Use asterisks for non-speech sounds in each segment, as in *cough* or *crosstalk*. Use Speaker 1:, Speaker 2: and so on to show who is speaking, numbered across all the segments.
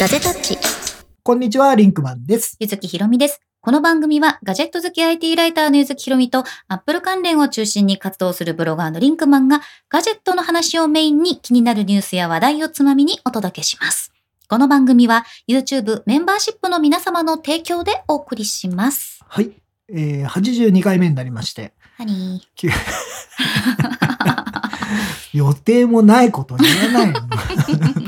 Speaker 1: ガジェタッチ。
Speaker 2: こんにちは、リンクマンです。
Speaker 1: ゆずきひろみです。この番組はガジェット好き IT ライターのゆずきひろみとアップル関連を中心に活動するブロガーのリンクマンがガジェットの話をメインに気になるニュースや話題をつまみにお届けします。この番組は YouTube メンバーシップの皆様の提供でお送りします。
Speaker 2: はい。えー、82回目になりまして、
Speaker 1: 何
Speaker 2: き予定もないことに言わな
Speaker 1: *laughs*
Speaker 2: いの。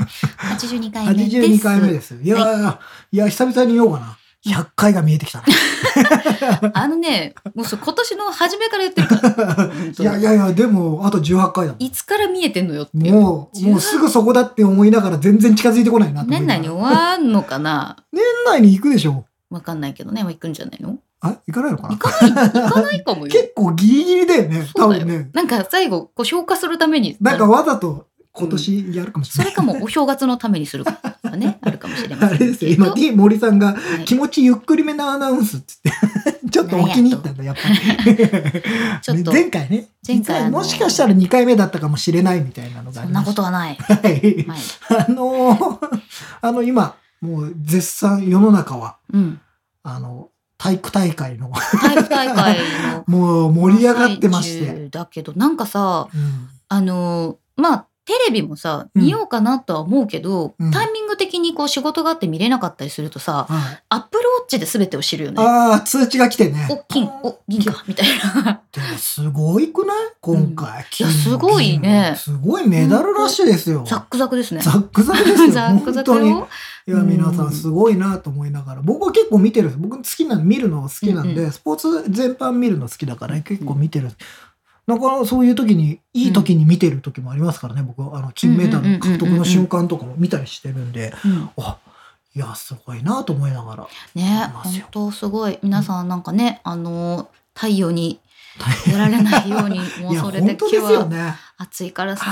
Speaker 2: *laughs*
Speaker 1: ?82 回目です。
Speaker 2: 82回目です。いやー、い、や、久々に言おうかな。100回が見えて
Speaker 1: *laughs*
Speaker 2: きたな。
Speaker 1: あのね、もうそう今年の初めから言ってるから。本当
Speaker 2: *laughs* いやいやいや、でも、あと18回だも
Speaker 1: いつから見えてんのよって
Speaker 2: ん。
Speaker 1: いう。
Speaker 2: もう、もうすぐそこだって思いながら全然近づいてこないなと思い
Speaker 1: 年
Speaker 2: な
Speaker 1: 内
Speaker 2: が
Speaker 1: に
Speaker 2: ら
Speaker 1: 終わんのかな
Speaker 2: 年内に行くでしょ。
Speaker 1: わかんないけどね。行くんじゃないの
Speaker 2: あ、行かないのか
Speaker 1: 行かない、
Speaker 2: な
Speaker 1: 行かないかもよ。
Speaker 2: 結構ギリギリだよね。
Speaker 1: そ
Speaker 2: 多
Speaker 1: うだよ
Speaker 2: 分ね。
Speaker 1: なんか最後、こう消化するために。
Speaker 2: なんかわざと今年やるかもし
Speaker 1: そ
Speaker 2: れ
Speaker 1: れ
Speaker 2: ない。
Speaker 1: かもお正月のためにするかね、
Speaker 2: *laughs*
Speaker 1: あるかもしれま
Speaker 2: あ
Speaker 1: せん
Speaker 2: れ
Speaker 1: けど。
Speaker 2: ですよ。今、T 森さん
Speaker 1: は
Speaker 2: が
Speaker 1: い
Speaker 2: 気持ちゆっくりめなアナウンスっつって、 *laughs* ちょっとお気に入ったんだ、やっぱり。
Speaker 1: ちょっと
Speaker 2: ね前回ね。
Speaker 1: 前回あの
Speaker 2: もしかしたら2回目だったかもしれないみたいなのが
Speaker 1: そ
Speaker 2: あり
Speaker 1: んな
Speaker 2: ま
Speaker 1: こ
Speaker 2: し
Speaker 1: と
Speaker 2: た。
Speaker 1: は
Speaker 2: *laughs*
Speaker 1: ない。
Speaker 2: はい。
Speaker 1: はい。
Speaker 2: あのーあの、今、もう絶賛世の中は、
Speaker 1: うん。
Speaker 2: あの、体育大会の、。
Speaker 1: 体育大会の
Speaker 2: もう盛り上がってまして。。
Speaker 1: だけど、なんかさ、
Speaker 2: うん
Speaker 1: あのーまあ、テレビもさ、
Speaker 2: うん
Speaker 1: 見ようかなとは思うけど、
Speaker 2: うん
Speaker 1: タイミング的にこう仕事があって見れなかったりするとさ、
Speaker 2: はい
Speaker 1: アップルウォッチで全てを知るよね。
Speaker 2: ああ、通知が来てね。
Speaker 1: お、金、お、銀か、みたいな。
Speaker 2: でもすごいくない今回。金
Speaker 1: いやすごいね
Speaker 2: 銀すごいメダルラッシュですよ。
Speaker 1: ザックザクですね。
Speaker 2: ザックザクです
Speaker 1: *laughs*
Speaker 2: よ。
Speaker 1: ザックザク
Speaker 2: 本当に。
Speaker 1: よ。
Speaker 2: いや、皆さんすごいなと思いながら、僕は結構見てるんです。僕好きな、見るの好きなんで、
Speaker 1: うん
Speaker 2: スポーツ全般見るの好きだから結構見てる。なんかそういう時に、いい時に見てる時もありますからね、僕は。あの、金メダル獲得の瞬間とかも見たりしてるんで、
Speaker 1: うん
Speaker 2: あ、いや、すごいなと思いながら。
Speaker 1: ね
Speaker 2: い、ます
Speaker 1: 本
Speaker 2: よ
Speaker 1: 当すごい皆さんなんかね、あの太陽にやられないようにも
Speaker 2: いうや、
Speaker 1: それで
Speaker 2: 本
Speaker 1: 今
Speaker 2: 当
Speaker 1: 日
Speaker 2: ですよ
Speaker 1: は
Speaker 2: ね。
Speaker 1: 暑いから
Speaker 2: 暑
Speaker 1: さ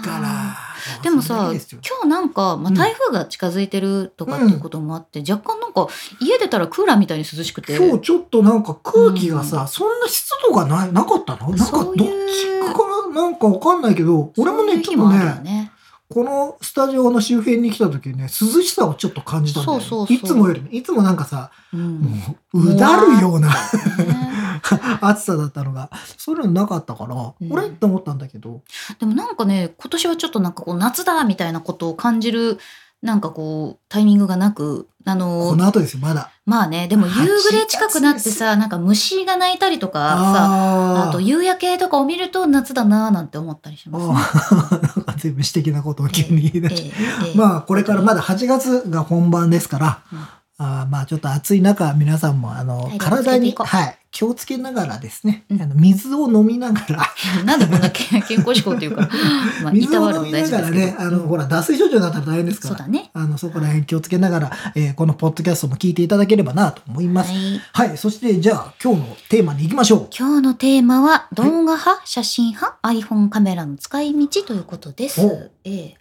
Speaker 2: いから。
Speaker 1: でもさ
Speaker 2: いやそれだけですよ
Speaker 1: 今日なんか、まあ、
Speaker 2: うん
Speaker 1: 台風が近づいてるとかっていうこともあって、若干なんか家出たらクーラーみたいに涼しくて
Speaker 2: 今日ちょっとなんか空気がさ、そんな湿度がないなかったのなんかど
Speaker 1: そ
Speaker 2: っ
Speaker 1: う
Speaker 2: ち
Speaker 1: いう
Speaker 2: からなんかわかんないけど俺も
Speaker 1: そう
Speaker 2: ね
Speaker 1: いう
Speaker 2: ち
Speaker 1: 日
Speaker 2: ょ
Speaker 1: も
Speaker 2: っと
Speaker 1: あるよ
Speaker 2: ね
Speaker 1: ね
Speaker 2: このスタジオの周辺に来た時ね涼しさをちょっと感じたんだよね
Speaker 1: そうそうそう
Speaker 2: いつもよりいつもなんかさ、
Speaker 1: うんね
Speaker 2: もううだるような
Speaker 1: で
Speaker 2: *laughs* 暑さだったのがそういうのなかったから、
Speaker 1: うん
Speaker 2: 俺って思ったんだけど
Speaker 1: もなんかね今年はちょっとなんかこう夏だみたいなことを感じるなんかこうタイミングがなくあの
Speaker 2: この後ですよまだ
Speaker 1: まあねでも夕暮れ近くなって
Speaker 2: 8
Speaker 1: さなんか虫が鳴いたりとかさ
Speaker 2: あー
Speaker 1: あと夕焼けとかを見ると夏だなーなんて思ったりします、ね。
Speaker 2: あーなんか全部私的なことを急に言い出して、まあこれからまだ8月が本番ですから、
Speaker 1: うん
Speaker 2: あーまあちょっと暑い中皆さんもあの
Speaker 1: 体力つけて
Speaker 2: 体に
Speaker 1: いこう
Speaker 2: はい、気をつけながらですね、
Speaker 1: うん
Speaker 2: あの水を飲みながら、
Speaker 1: だ。 *laughs* なんでこんな健健康志向という
Speaker 2: *laughs*
Speaker 1: か、まあ、い
Speaker 2: 水
Speaker 1: たわ
Speaker 2: を
Speaker 1: る
Speaker 2: 飲
Speaker 1: の
Speaker 2: み
Speaker 1: 大事で
Speaker 2: な
Speaker 1: す
Speaker 2: がら
Speaker 1: けど。
Speaker 2: ねあのほら脱水症状になったら大変ですか
Speaker 1: そうだ
Speaker 2: ら。
Speaker 1: ね。
Speaker 2: あのそこら辺気をつけながら、えーこのポッドキャストも聞いていただければなと思いま
Speaker 1: は
Speaker 2: す。
Speaker 1: い。
Speaker 2: はい、そしてじゃあ今日のテーマに行きましょう。
Speaker 1: 今日のテーマは動画派、写真派、iPhone カメラの使い道ということです
Speaker 2: お。
Speaker 1: ええ。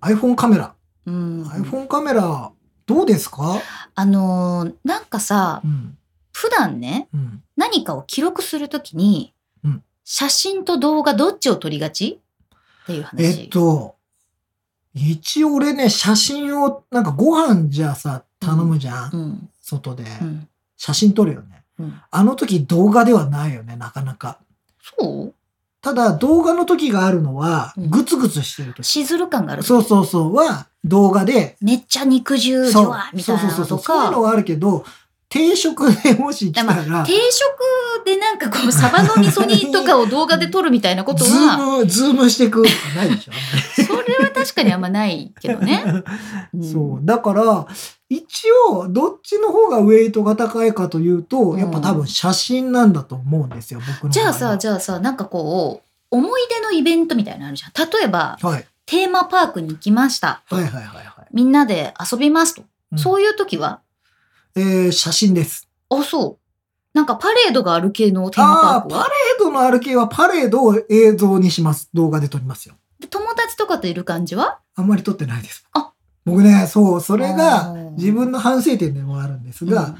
Speaker 2: iPhone カメラ、
Speaker 1: うん。
Speaker 2: iPhone カメラどうですか？
Speaker 1: あのーなんかさ
Speaker 2: う、ん
Speaker 1: 普段ね、
Speaker 2: うん
Speaker 1: 何かを記録するときに、
Speaker 2: うん
Speaker 1: 写真と動画どっちを撮りがちっていう話。
Speaker 2: えっと、一応俺ね、写真を、なんかご飯じゃあさ、頼むじゃん、
Speaker 1: うん。
Speaker 2: 外で。
Speaker 1: うん。
Speaker 2: 写真撮るよね。
Speaker 1: うん。
Speaker 2: あの時動画ではないよね、なかなか。
Speaker 1: そう
Speaker 2: ただ、動画の時があるのは、
Speaker 1: うん
Speaker 2: グツグツしてる時。
Speaker 1: しずる感がある。
Speaker 2: そうそうそう、は、動画で、
Speaker 1: めっちゃ肉汁じ
Speaker 2: そう
Speaker 1: わ、みた
Speaker 2: そ
Speaker 1: いうな
Speaker 2: そう
Speaker 1: の
Speaker 2: そうそ
Speaker 1: と
Speaker 2: う、そういう
Speaker 1: か。
Speaker 2: のはあるけど、定食でもし来た
Speaker 1: だ
Speaker 2: ら、
Speaker 1: 定食でなんかこう、サバの味噌煮とかを動画で撮るみたいなこと
Speaker 2: ズ
Speaker 1: は、
Speaker 2: ーム、ズームしてくとかないでしょ。
Speaker 1: それは確かにあんまないけど
Speaker 2: *laughs*
Speaker 1: ね。うん
Speaker 2: そう。だから、一応、どっちの方がウェイトが高いかというと、やっぱ多分写真なんだと思うんですよ、僕の場合は。
Speaker 1: じゃあさ、じゃあさ、なんかこう、思い出のイベントみたいなのあるじゃん。例えば、
Speaker 2: はい。
Speaker 1: テーマパークに行きました。
Speaker 2: はいはいはいはい。
Speaker 1: みんなで遊びますと。
Speaker 2: うん
Speaker 1: そういう時は、
Speaker 2: えー写真です。
Speaker 1: あ、そう。なんかパレードがある系のテーマ
Speaker 2: あ
Speaker 1: パー
Speaker 2: あー、
Speaker 1: ク
Speaker 2: パレ
Speaker 1: は
Speaker 2: ードのある系はパレードを映像にします。動画で撮りますよ。
Speaker 1: で友達とかといる感じは
Speaker 2: あんまり撮ってないです。
Speaker 1: あ
Speaker 2: 僕ね、そう、それ
Speaker 1: あ
Speaker 2: が
Speaker 1: ー
Speaker 2: 自分の反省点でもあるんですが、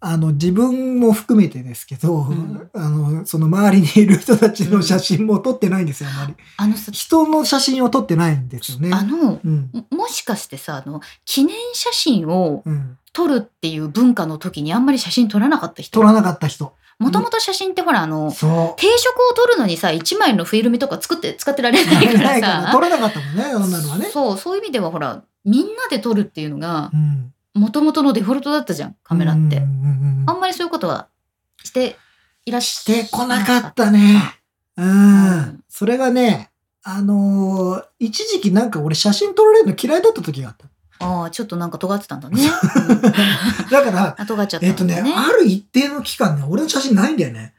Speaker 2: あの自分も含めてですけど、
Speaker 1: ん
Speaker 2: あのその周りにいる人たちの写真も撮ってないんですよ、あんまり。
Speaker 1: あのさ、
Speaker 2: 人の写真を撮ってないんですよね。
Speaker 1: あの、
Speaker 2: うん
Speaker 1: ももしかしてさ、あの、記念写真を
Speaker 2: うん、
Speaker 1: 撮るっていう文化の時にあんまり写真撮らなかった人
Speaker 2: 撮らなかった人。
Speaker 1: もともと写真ってほら、あの、
Speaker 2: そう。
Speaker 1: 定食を撮るのにさ、1枚のフィルムとか作って、使ってられないか
Speaker 2: な
Speaker 1: ら
Speaker 2: いから
Speaker 1: さ
Speaker 2: 撮。れなかったもんね、女のはね。
Speaker 1: そう、そういう意味ではほら、みんなで撮るっていうのが、
Speaker 2: うん
Speaker 1: もともとのデフォルトだったじゃん、カメラっ
Speaker 2: う
Speaker 1: て
Speaker 2: んう。んうん
Speaker 1: あんまりそういうことはしていらっし
Speaker 2: してこなかったね。うん。それがね、あのー一時期なんか俺写真撮られるの嫌いだった時があった。
Speaker 1: ああ、ちょっとなんか尖ってたんだね。
Speaker 2: *laughs* だから、
Speaker 1: あ、尖っちゃった
Speaker 2: えっ
Speaker 1: ん
Speaker 2: と
Speaker 1: だ
Speaker 2: ね、
Speaker 1: ね。
Speaker 2: ある一定の期間ね、俺の写真ないんだよね。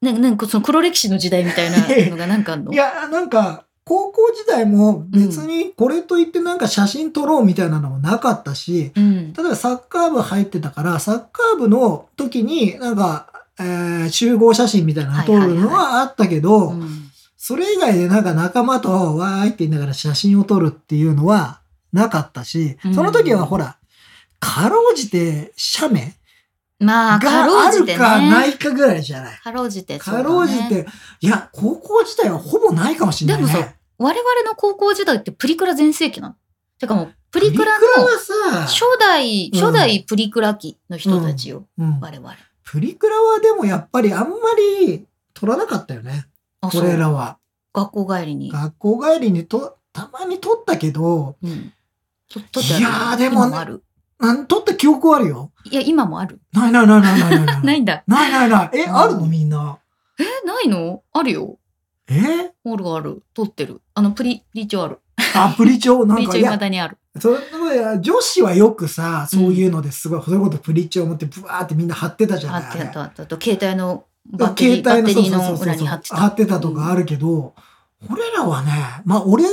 Speaker 1: ねなんかその黒歴史の時代みたい
Speaker 2: *laughs*
Speaker 1: なのがなんかあんの
Speaker 2: いや、なんか、高校時代も別にこれといってなんか写真撮ろうみたいなのもなかったし、
Speaker 1: うん。
Speaker 2: 例えばサッカー部入ってたから、サッカー部の時になんか、えー集合写真みたいなの撮るのはあったけど、
Speaker 1: うん
Speaker 2: それ以外でなんか仲間とわーいって言いながら写真を撮るっていうのはなかったし
Speaker 1: う、ん
Speaker 2: その時はほら、かろうじて写メ
Speaker 1: まあ、
Speaker 2: が
Speaker 1: かろ
Speaker 2: あ
Speaker 1: うじ
Speaker 2: る
Speaker 1: てね。
Speaker 2: かないかぐらいじゃない。
Speaker 1: かろうじて。
Speaker 2: かろうじ
Speaker 1: そうだね。
Speaker 2: て、いや、高校時代はほぼないかもしれない、ね。
Speaker 1: でもさ我々の高校時代ってプリクラ全盛期なの。てかもう、プリクラの
Speaker 2: プリクラは
Speaker 1: 初
Speaker 2: さ、
Speaker 1: 代、
Speaker 2: うん
Speaker 1: 初代プリクラ期の人たちよ。
Speaker 2: うん
Speaker 1: 我々。
Speaker 2: プリクラはでもやっぱりあんまり撮らなかったよね。
Speaker 1: あ、そう
Speaker 2: 俺。らは。
Speaker 1: 学校帰りに。
Speaker 2: 学校帰りにと、たまに撮ったけど、
Speaker 1: うん。と撮ってある
Speaker 2: いやーでもね
Speaker 1: 今ある。
Speaker 2: なん撮った記憶はあるよ。
Speaker 1: いや、今もある。
Speaker 2: ないないないないないないな。
Speaker 1: *laughs* ないいんだ。
Speaker 2: ないないない。え、
Speaker 1: うん
Speaker 2: あるのみんな。
Speaker 1: え、ないのあるよ。
Speaker 2: え
Speaker 1: あるある。撮ってる。あの、プリ、プリチョある。
Speaker 2: アプ
Speaker 1: *laughs*
Speaker 2: リ帳な
Speaker 1: プ
Speaker 2: ん
Speaker 1: リ
Speaker 2: か、
Speaker 1: チ
Speaker 2: い
Speaker 1: ョ未
Speaker 2: や、
Speaker 1: だにある。
Speaker 2: それでもいや女子はよくさ、そういうのですごい、そういうことプリ帳持ってブワーってみんな貼ってたじゃ
Speaker 1: あ
Speaker 2: ない。
Speaker 1: ってあっ
Speaker 2: あ
Speaker 1: たあったあと、携帯の
Speaker 2: れ
Speaker 1: バッテリー、バッテリー
Speaker 2: そう
Speaker 1: の
Speaker 2: そうそう
Speaker 1: 裏
Speaker 2: そう
Speaker 1: に貼ってた。
Speaker 2: 貼ってたとかあるけど、俺らはね、まあ俺も、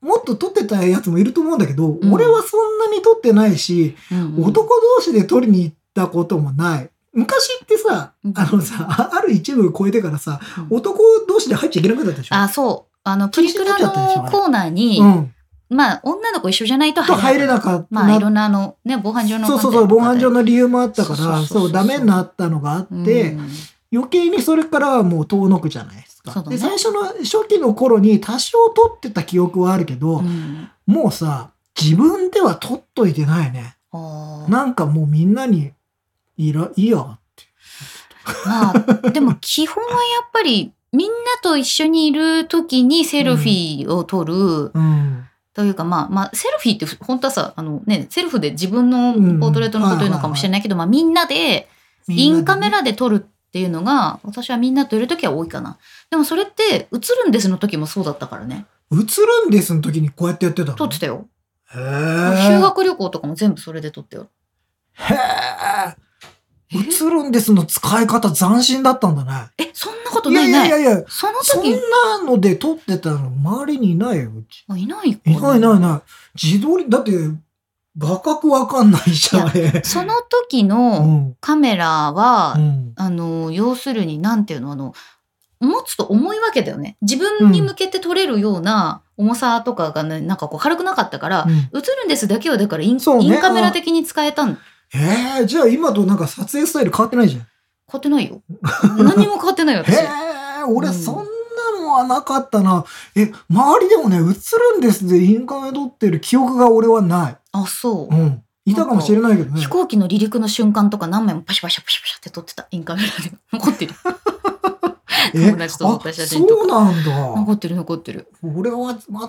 Speaker 2: もっと撮ってたやつもいると思うんだけど、
Speaker 1: ん
Speaker 2: 俺はそんなに撮ってないし、
Speaker 1: うんうん
Speaker 2: 男同士で撮りに行ったこともない。昔ってさ
Speaker 1: うん、
Speaker 2: あのさ、あある一部超えてからさ、
Speaker 1: うん
Speaker 2: 男同士で入っちゃいけなくなったでしょ。
Speaker 1: あ、そう。あの、プリクラ
Speaker 2: 禁止になっちゃったでしょあ
Speaker 1: の
Speaker 2: れ
Speaker 1: コーナーに、
Speaker 2: うん。
Speaker 1: まあ、女の子一緒じゃないと
Speaker 2: と入れ
Speaker 1: い。
Speaker 2: なかった。
Speaker 1: まあ、いろんなあの、ね、防犯上の
Speaker 2: そう
Speaker 1: 観点
Speaker 2: そ
Speaker 1: と
Speaker 2: う
Speaker 1: か
Speaker 2: そう、
Speaker 1: で
Speaker 2: 防犯上の理由もあったから、
Speaker 1: そうそうそうそう
Speaker 2: そう、ダメになったのがあって、
Speaker 1: うん
Speaker 2: 余計にそれからはもう遠のくじゃないですか。
Speaker 1: そうだね
Speaker 2: で、最初の、初期の頃に多少撮ってた記憶はあるけど、
Speaker 1: うん
Speaker 2: もうさ、自分では撮っといてないね。
Speaker 1: あー
Speaker 2: なんかもうみんなに、いら、いいよって。
Speaker 1: まあ、でも基本はやっぱり、みんなと一緒にいる時にセルフィーを撮る、
Speaker 2: うん。
Speaker 1: というか、まあ、まあ、セルフィーって本当はさ、あのね、セルフで自分のポートレートのこと言うのかもしれないけど、まあ、みんなで、インカメ
Speaker 2: ラ
Speaker 1: ラで撮るっていうのが、私はみんなといる時は多いかな。でもそれって、映るんですの時もそうだったからね。
Speaker 2: 映るんですの時にこうやってやってたの
Speaker 1: 撮ってたよ。
Speaker 2: へ
Speaker 1: 修
Speaker 2: ー
Speaker 1: 学旅行とかも全部それで撮ってよ。
Speaker 2: へー映るんですの使い方斬新だったんだね。
Speaker 1: え、そんなこと
Speaker 2: い
Speaker 1: な
Speaker 2: や
Speaker 1: い
Speaker 2: い
Speaker 1: ね。
Speaker 2: やいやいや、
Speaker 1: その
Speaker 2: そん
Speaker 1: 時、
Speaker 2: なので撮ってたの周りにいないよ、うち。
Speaker 1: あいないか
Speaker 2: いないいないいない。自撮り、だって、画角わかんないじゃん、あれ。
Speaker 1: その時
Speaker 2: う
Speaker 1: の
Speaker 2: ん。
Speaker 1: カメラは、
Speaker 2: うん。
Speaker 1: あの、要するに、なんていうの、あの、持つと重いわけだよね。自分に向けて取れるような重さとかがね、なんかこう軽くなかったから、
Speaker 2: うん
Speaker 1: 映るんですだけはだからイン,、
Speaker 2: そうね
Speaker 1: インカメラ的に使えたん。
Speaker 2: えー、じゃあ今となんか撮影スタイル変わってないじゃん。
Speaker 1: 買って
Speaker 2: *laughs*
Speaker 1: ないよ。何も買ってないよ、私。
Speaker 2: へえ、俺
Speaker 1: うん
Speaker 2: そんなのはなかったな。え、周りでもね、映るんですでインカメ撮ってる記憶が俺はない。
Speaker 1: あ、そう
Speaker 2: う。ん。いたかもしれないけどね
Speaker 1: 飛。行機の離陸の瞬間とか何枚もパシャパシャパシャパシャって撮ってた。インカメラで。 *laughs* 残ってる。
Speaker 2: え
Speaker 1: 友達と撮った写真
Speaker 2: あ
Speaker 1: と
Speaker 2: そ
Speaker 1: か
Speaker 2: うなんだ。
Speaker 1: 残ってる、残ってる。
Speaker 2: 俺は全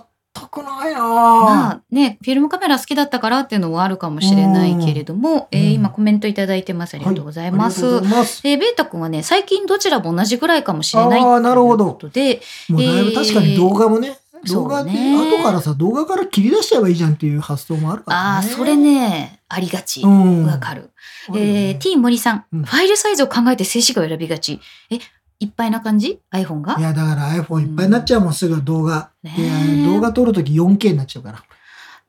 Speaker 2: くないな、
Speaker 1: まあね、フィルムカメラ好きだったからっていうのはあるかもしれないけれども、えー
Speaker 2: うん
Speaker 1: 今コメントいただいてます。ありがとうございます。
Speaker 2: はいありがとうございます
Speaker 1: えー、ベータ君はね、最近どちらも同じぐらいかもしれない
Speaker 2: あーなるほ
Speaker 1: という
Speaker 2: ど
Speaker 1: ことで、
Speaker 2: もうだいぶ確かに動画もね、
Speaker 1: そ
Speaker 2: 動画
Speaker 1: う
Speaker 2: って
Speaker 1: ね
Speaker 2: 後からさ、動画から切り出しちゃえばいいじゃんっていう発想もあるからね。
Speaker 1: ああ、それね、ありがち。わ、
Speaker 2: ん
Speaker 1: かる。
Speaker 2: あるよね
Speaker 1: えー、T 森さん,、
Speaker 2: うん
Speaker 1: ファイルサイズを考えて静止画を選びがち。え、いっぱいな感じ ?iPhone が
Speaker 2: いや、だから iPhone いっぱいになっちゃうもん、すぐ動画。
Speaker 1: ね
Speaker 2: であの動画撮るとき 4K になっちゃうから。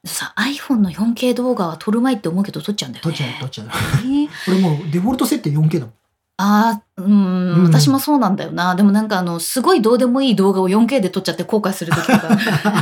Speaker 1: さ、iPhone の 4K 動画は撮るまいって思うけど撮っちゃうんだよ
Speaker 2: 撮
Speaker 1: ね。
Speaker 2: っちゃう、撮っちゃう。
Speaker 1: ね
Speaker 2: 俺もうデフォルト設定 4K だもん。
Speaker 1: あーうーん
Speaker 2: うん
Speaker 1: 私もそうなんだよなでもなんかあのすごいどうでもいい動画を 4K で撮っちゃって後悔する時とか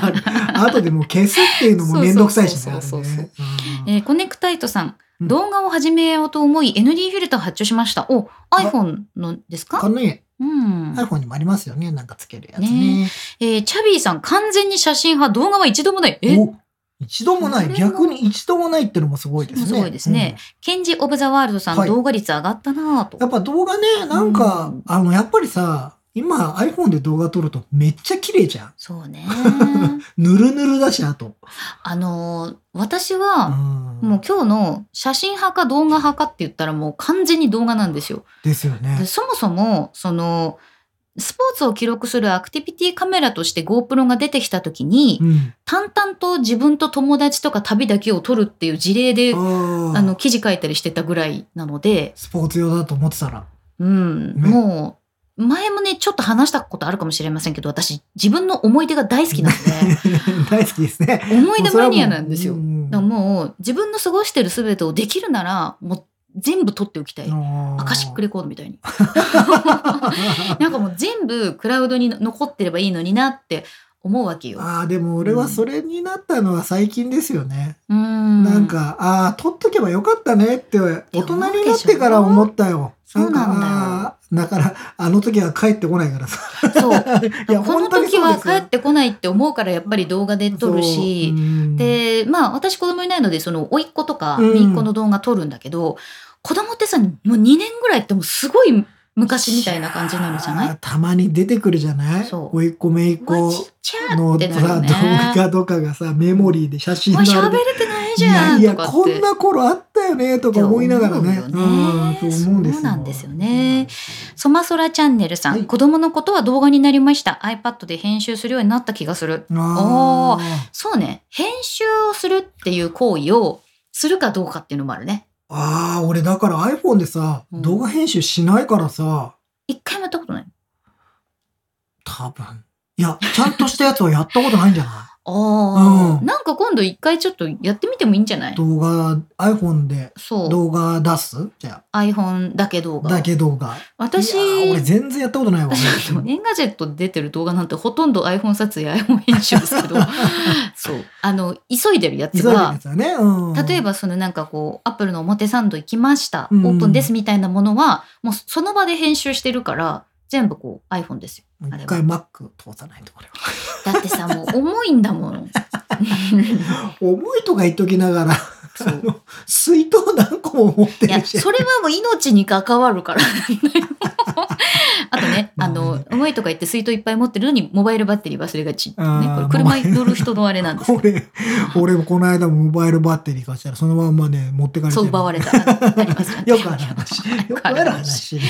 Speaker 2: あとでもう消すっていうのも面倒くさいしね。
Speaker 1: そうそうそうそう
Speaker 2: あれね
Speaker 1: えーコネクタイトさん、
Speaker 2: うん
Speaker 1: 動画を始めようと思い ND フィルター発注しましたお iPhone のです
Speaker 2: うん
Speaker 1: か
Speaker 2: このね
Speaker 1: うん、
Speaker 2: iPhone にもありますよね。なんかつけるやつ
Speaker 1: ね
Speaker 2: ね。
Speaker 1: えーチャビーさん完全に写真派動画は一度もないえ
Speaker 2: お一度もな
Speaker 1: そ
Speaker 2: い。
Speaker 1: れは
Speaker 2: 逆に一度もないってのもすごいですね。
Speaker 1: すごいですねケンジ・オブ・ザ・ワールドさん、
Speaker 2: はい
Speaker 1: 動画率上がったなぁと
Speaker 2: うん。やっぱ動画ね、なん
Speaker 1: う
Speaker 2: か
Speaker 1: ん、
Speaker 2: あの、やっぱりさ、今 iPhone で動画撮るとめっちゃ綺麗じゃん。
Speaker 1: そうね *laughs*
Speaker 2: ぬるぬるだし、あと。
Speaker 1: あのー私は、も
Speaker 2: も
Speaker 1: う今日の写真派か動画派かって言ったらもう完全に動画なんですよ。
Speaker 2: ですよ
Speaker 1: で
Speaker 2: ね。
Speaker 1: そもそもそのスポーツを記録するアクティビティカメラとして GoPro が出てきた時に
Speaker 2: うん。
Speaker 1: 淡々と自分と友達とか旅だけを撮るっていう事例であ
Speaker 2: あ
Speaker 1: の
Speaker 2: の、
Speaker 1: 記事書いたりしてたぐらいなので、
Speaker 2: スポーツ用だと思ってたら。 *laughs*
Speaker 1: うん、
Speaker 2: ね
Speaker 1: もう前もねちょっと話したことあるかもしれませんけど私自分の思い出が大好きなので
Speaker 2: *laughs* 大好きですね。
Speaker 1: *laughs* 思い出マニアなんですよ。
Speaker 2: う
Speaker 1: だ
Speaker 2: ん
Speaker 1: からもう自分の過ごしてる全てをできるならもう全部撮っておきたい。アカシックレコードみたいに。なんかもう全部クラウドに残ってればいいのになって思うわけよ。
Speaker 2: *laughs* ああでも俺はそれになったのは最近ですよね、
Speaker 1: うん。
Speaker 2: なんかああ取っとけばよかったねって大人になってから思ったよ
Speaker 1: そうなんだよ
Speaker 2: だだからあの時は帰ってこないからさ
Speaker 1: そう。
Speaker 2: いや
Speaker 1: この
Speaker 2: 本当に
Speaker 1: 時
Speaker 2: そう
Speaker 1: は
Speaker 2: です
Speaker 1: 帰ってこないって思うからやっぱり動画で撮るし。
Speaker 2: で
Speaker 1: でまあ私子供いないのでその甥っ子とか
Speaker 2: うん
Speaker 1: 姪っ子の動画撮るんだけど、子供ってさもう2年ぐらいってもうすごい昔みたいな感じになるじゃない
Speaker 2: たまに出てくるじゃない
Speaker 1: そう
Speaker 2: おいっ子めいっ
Speaker 1: わ
Speaker 2: 子
Speaker 1: ちっちゃー
Speaker 2: の
Speaker 1: ってなるよ
Speaker 2: さ
Speaker 1: ね。*laughs*
Speaker 2: 動画とかがさメモリーで写
Speaker 1: お
Speaker 2: 真の
Speaker 1: い
Speaker 2: あ
Speaker 1: 喋
Speaker 2: れで
Speaker 1: れてないじゃん
Speaker 2: いや
Speaker 1: と
Speaker 2: いや
Speaker 1: かって。
Speaker 2: こんな頃あったよねとか思いながらね
Speaker 1: って思うよね
Speaker 2: うんそう思うんです
Speaker 1: そうなんですよねソマソラチャンネルさん、
Speaker 2: はい
Speaker 1: 子供のことは動画になりました。iPad で編集するようになった気がする。
Speaker 2: あー
Speaker 1: そうね、編集をするっていう行為をするかどうかっていうのもあるね。
Speaker 2: あー俺だから iPhone でさ、
Speaker 1: うん
Speaker 2: 動画編集しないからさ
Speaker 1: 一回もやったことない。
Speaker 2: 多分いやちゃんとしたやつはやったことないんじゃ *laughs* な
Speaker 1: ああ、
Speaker 2: うん
Speaker 1: なんか今度一回ちょっとやってみてもいいんじゃないい
Speaker 2: 動画 iPhone で
Speaker 1: そう。
Speaker 2: 動画出すじゃ
Speaker 1: iPhone だけ動
Speaker 2: あ
Speaker 1: 画。
Speaker 2: だけ動画
Speaker 1: 私、
Speaker 2: いやー俺全然やったことないわ
Speaker 1: *laughs* 私、年ガジェットで出てる動画なんてほとんど iPhone 撮影、iPhone 編集ですけ
Speaker 2: *laughs*
Speaker 1: ど、そう。あの、急いでるや
Speaker 2: 急
Speaker 1: つ
Speaker 2: いでる
Speaker 1: が
Speaker 2: や、つはね、うん、
Speaker 1: 例えばそのなんかこうアップルの表参道行きました、
Speaker 2: うん
Speaker 1: オープンですみたいなものはもうその場で編集してるから全部こう iPhone ですよ
Speaker 2: もう
Speaker 1: あれ
Speaker 2: 一
Speaker 1: は
Speaker 2: 回 Mac 通さないとこれは
Speaker 1: だってさもう重いんだ
Speaker 2: *laughs*
Speaker 1: もん
Speaker 2: 重いとか言っときながら
Speaker 1: そ
Speaker 2: あの水筒何個も持って
Speaker 1: いや
Speaker 2: るし
Speaker 1: それはもう命に関わる
Speaker 2: *laughs*
Speaker 1: からあとねあ
Speaker 2: まあ
Speaker 1: の重いとか言って水筒いっぱい持ってるのにモバイルバッテリー忘れがち、ね、
Speaker 2: あー
Speaker 1: これ車に乗る人のあれなんです
Speaker 2: *laughs*
Speaker 1: けど
Speaker 2: 俺、俺もこの間もモバイルバッテリー貸したらそのまんまね、持ってかれて
Speaker 1: そう奪わ
Speaker 2: れ
Speaker 1: れたありますね
Speaker 2: *laughs* よくある
Speaker 1: *laughs*
Speaker 2: 話。よくある話ね。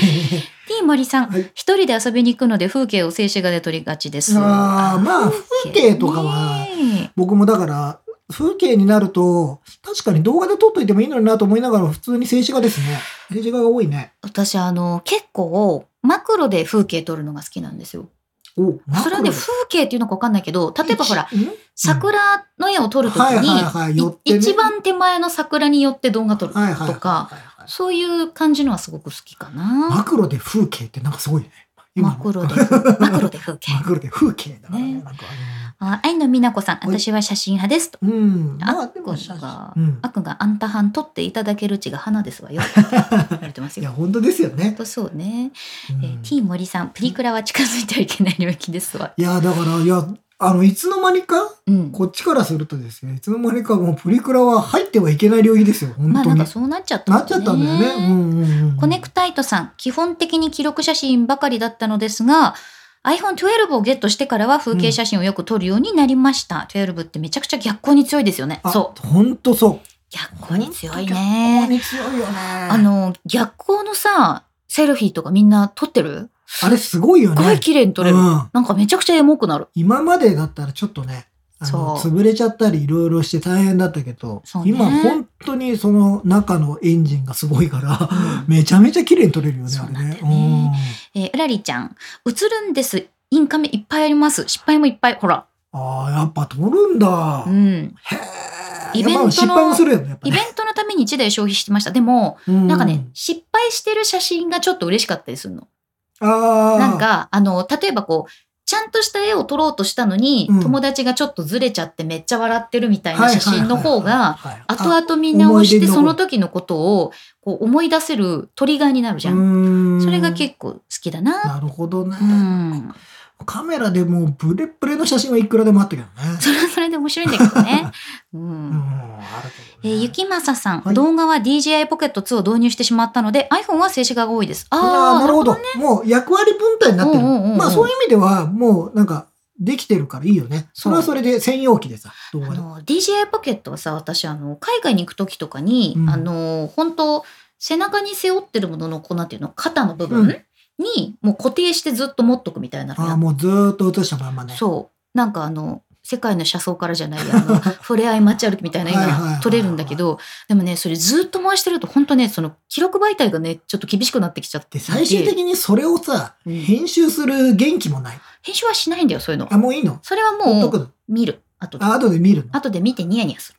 Speaker 1: T 森さん、
Speaker 2: はい
Speaker 1: 一人で遊びに行くので風景を静止画で撮りがちです
Speaker 2: あーまあ風景とかは
Speaker 1: ね
Speaker 2: 僕もだから、風景になると、確かに動画で撮っといてもいいのになと思いながら、普通に静止画ですね。静止画が多いね。
Speaker 1: 私あの結構マクロで風景撮るのが好きなんですよ。
Speaker 2: お、
Speaker 1: それはね風景っていうのか分かんないけど例えばほら
Speaker 2: 一、ん
Speaker 1: 桜の絵を撮るとき
Speaker 2: はいはいはい寄
Speaker 1: に
Speaker 2: っ
Speaker 1: い
Speaker 2: てね
Speaker 1: 一番手前の桜によって動画撮る
Speaker 2: はいはい
Speaker 1: とかそういう感じのはすごく好きか
Speaker 2: マ
Speaker 1: な。
Speaker 2: クロで風景ってなんかすごいね。
Speaker 1: マ
Speaker 2: 今の
Speaker 1: ク
Speaker 2: *laughs*
Speaker 1: ロでマクロで風景。
Speaker 2: マクロで風景だからね。
Speaker 1: ね
Speaker 2: なんか
Speaker 1: あ愛の美奈子さん
Speaker 2: はい
Speaker 1: 私は写真派ですと。
Speaker 2: うん。うん。
Speaker 1: あ
Speaker 2: まあ
Speaker 1: っ
Speaker 2: で
Speaker 1: こ
Speaker 2: も写
Speaker 1: んが
Speaker 2: 真うん
Speaker 1: あっくんがあんたはん撮っていただける血が花ですわ
Speaker 2: *laughs*
Speaker 1: よ。って言われてます
Speaker 2: いや、
Speaker 1: よ。
Speaker 2: 本当ですよ
Speaker 1: ほん
Speaker 2: ね。
Speaker 1: とそうね。
Speaker 2: うん
Speaker 1: えー T 森さんプリクラは近づいてはいけない領域ですわ。
Speaker 2: いや、だから、いや、あの、いつの間にか、
Speaker 1: うん。
Speaker 2: こっちからするとですね、いつの間にかもうプリクラは入ってはいけない領域ですよ、本
Speaker 1: まあ
Speaker 2: 当
Speaker 1: なん
Speaker 2: に。
Speaker 1: かそうなっちゃった
Speaker 2: な
Speaker 1: もん
Speaker 2: っちゃったんだよね。うんうんうん。
Speaker 1: コネクタイトさん、基本的に記録写真ばかりだったのですが、iPhone12 をゲットしてからは風景写真をよく撮るようになりました。12ってめちゃくちゃ逆光に強いですよね。
Speaker 2: あ
Speaker 1: そう。
Speaker 2: 本当そう。
Speaker 1: 逆光に強い
Speaker 2: 本当
Speaker 1: ね。
Speaker 2: に強いよね。
Speaker 1: あ
Speaker 2: あ
Speaker 1: の、逆光のさ、セルフィーとかみんな撮ってる
Speaker 2: あれすごいよ
Speaker 1: す
Speaker 2: ね。
Speaker 1: っごい綺麗に撮れる。
Speaker 2: うん
Speaker 1: なんかめちゃくちゃエモくなる。
Speaker 2: 今までだったらちょっとね、あの
Speaker 1: そう
Speaker 2: 潰れちゃったりいろいろして大変だったけど、
Speaker 1: そうね
Speaker 2: 今本当にその中のエンジンがすごいから、 *laughs*
Speaker 1: う
Speaker 2: めちゃめちゃ綺麗に撮れるよね、
Speaker 1: そう
Speaker 2: あれ
Speaker 1: なんだ
Speaker 2: ね
Speaker 1: よ。ねえーうらりちゃん、映るんです。インカメいっぱいあります。失敗もいっぱい。ほら。
Speaker 2: うんああ、やっぱ撮るんだ
Speaker 1: う。ん。
Speaker 2: へえ。
Speaker 1: イベントの
Speaker 2: まあ失敗もするよね、やっぱ
Speaker 1: イベン
Speaker 2: ね。
Speaker 1: トのために一台消費してました。でも、
Speaker 2: な
Speaker 1: なんかね、、失敗してる写真がちょっと嬉しかったりするの。
Speaker 2: ああ。
Speaker 1: なん、か、あの、例えばこう、ちゃんとした絵を撮ろうとしたのに、
Speaker 2: うん
Speaker 1: 友達がちょっとずれちゃってめっちゃ笑ってるみたいな写真の方が、
Speaker 2: はいはいはい
Speaker 1: 後
Speaker 2: はい、
Speaker 1: 々見直し
Speaker 2: 思
Speaker 1: て
Speaker 2: い出に残る
Speaker 1: その時のことをこう思い出せるトリガーになるじゃん。
Speaker 2: ん
Speaker 1: それが結構好きだな。
Speaker 2: なるほどね
Speaker 1: う。ん。
Speaker 2: カメラでもうブレブレの写真はいくらでもあったけどね。
Speaker 1: それはそれで面白いんだけど
Speaker 2: *laughs*
Speaker 1: ね。う。
Speaker 2: うんん、あるけ
Speaker 1: え
Speaker 2: どね
Speaker 1: ー、ゆきまささん、
Speaker 2: はい
Speaker 1: 動画は DJI ポケット2を導入してしまったので iPhone は静止画が多いです。
Speaker 2: あ
Speaker 1: あ
Speaker 2: あ、
Speaker 1: あ、
Speaker 2: なるほど。もう役割分担になって
Speaker 1: うん
Speaker 2: る。
Speaker 1: うんうんうん
Speaker 2: まあそういう意味では、もうなんか、できてるからいいよね。それはそれで専用機でさ、動
Speaker 1: あ
Speaker 2: 画で。
Speaker 1: の DJI ポケットはさ私あの海外に行く時とかに、
Speaker 2: うん
Speaker 1: あの本当背中に背負ってるもののこうなんていうの肩の部分、
Speaker 2: うん
Speaker 1: にもう固定してずっと持っとくみたいなの
Speaker 2: あ
Speaker 1: や
Speaker 2: あ、
Speaker 1: っ
Speaker 2: もうずーっと映したまんまね。
Speaker 1: そうなんかあの世界の車窓からじゃないやあ
Speaker 2: *laughs*
Speaker 1: の触れ合い街歩きみたいな絵
Speaker 2: はいはいはいは
Speaker 1: が
Speaker 2: い
Speaker 1: 撮れるんだけどでもねそれずっと回してると本当ねその記録媒体がねちょっと厳しくなってきちゃって
Speaker 2: で、最終的にそれをさ、
Speaker 1: うん
Speaker 2: 編集する元気もない。
Speaker 1: 編集はしないんだよそういうの
Speaker 2: あ、もういいの
Speaker 1: それは
Speaker 2: ほっ
Speaker 1: も
Speaker 2: とく
Speaker 1: う
Speaker 2: の
Speaker 1: 見る後で
Speaker 2: あ、後で見るの。
Speaker 1: 後で見てニヤニヤす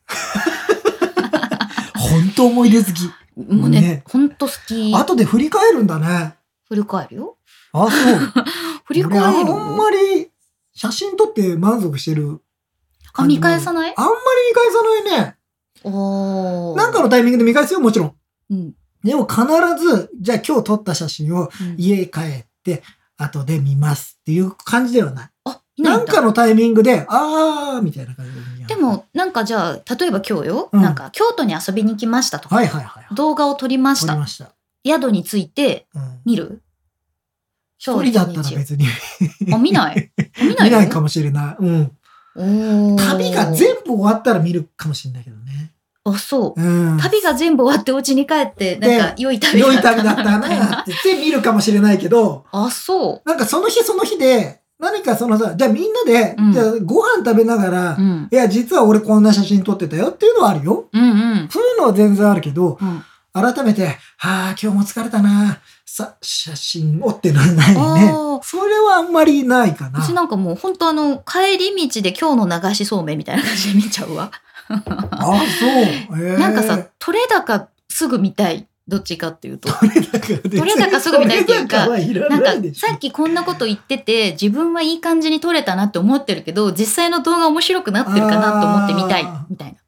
Speaker 2: 本当思い出好き。
Speaker 1: るもうね
Speaker 2: ね
Speaker 1: ほんと好き
Speaker 2: 後で振り返るんだね。
Speaker 1: 振り返るよ
Speaker 2: あ、そう。
Speaker 1: *laughs* 振り返
Speaker 2: 俺
Speaker 1: る
Speaker 2: あんまり写真撮って満足してる。
Speaker 1: あ、見返さない
Speaker 2: あんまり見返さないね。
Speaker 1: おー
Speaker 2: なんかのタイミングで見返すよ、もちろん。
Speaker 1: うん。
Speaker 2: でも必ず、じゃあ今日撮った写真を
Speaker 1: うん
Speaker 2: 家帰って、後で見ますっていう感じではない。
Speaker 1: あ、いな
Speaker 2: ない
Speaker 1: ん
Speaker 2: ん
Speaker 1: だ
Speaker 2: か。のタイミングで、あーみたいな感じで見よう
Speaker 1: で、も、なんかじゃあ、例えば今日よ、
Speaker 2: うん
Speaker 1: なんか、京都に遊びに来ましたとか、
Speaker 2: はいはいはい。
Speaker 1: 動画を撮りまし
Speaker 2: 撮り
Speaker 1: た。
Speaker 2: ました。
Speaker 1: 宿について
Speaker 2: うん。
Speaker 1: 見る
Speaker 2: 一人だったら別に
Speaker 1: あ、見
Speaker 2: *laughs*
Speaker 1: ない。あ見ない
Speaker 2: 見
Speaker 1: よ
Speaker 2: ないかもしれない。うん。
Speaker 1: おー
Speaker 2: 旅が全部終わったら見るかもしれないけどね。
Speaker 1: あ、そう。
Speaker 2: うん。
Speaker 1: 旅が全部終わってお家に帰って、なんか、良い旅
Speaker 2: 良い
Speaker 1: だった
Speaker 2: 旅だった
Speaker 1: *laughs*
Speaker 2: なって言って見るかもしれないけど、
Speaker 1: あ、そ
Speaker 2: なんかその日その日で、何かそのさ、じゃあみんなで、
Speaker 1: うん
Speaker 2: じゃあご飯食べながら、
Speaker 1: う。うん。
Speaker 2: いや、実は俺こんな写真撮ってたよっていうのはあるよ。
Speaker 1: うんうん。
Speaker 2: そういうのは全然あるけど、
Speaker 1: うん、
Speaker 2: 改めて、はあ、今日も疲れたな。さ、写真をってならないね
Speaker 1: あー。
Speaker 2: それはあんまりないかな。
Speaker 1: 私なんかもう本当あの帰り道で今日の流しそうめんみたいな感じで見ちゃうわ。
Speaker 2: あ、そう。えー
Speaker 1: なんかさ、取れ高すぐ見たい。どっちかっていうと。
Speaker 2: 撮れ高で
Speaker 1: 撮れ高すぐみたいっていうか
Speaker 2: 撮れ高はいら
Speaker 1: なん
Speaker 2: *laughs* な
Speaker 1: か
Speaker 2: いでしょ
Speaker 1: さっきこんなこと言ってて自分はいい感じに撮れたなって思ってるけど実際の動画面白くなってるかなと思って見たい
Speaker 2: あー
Speaker 1: みたいな。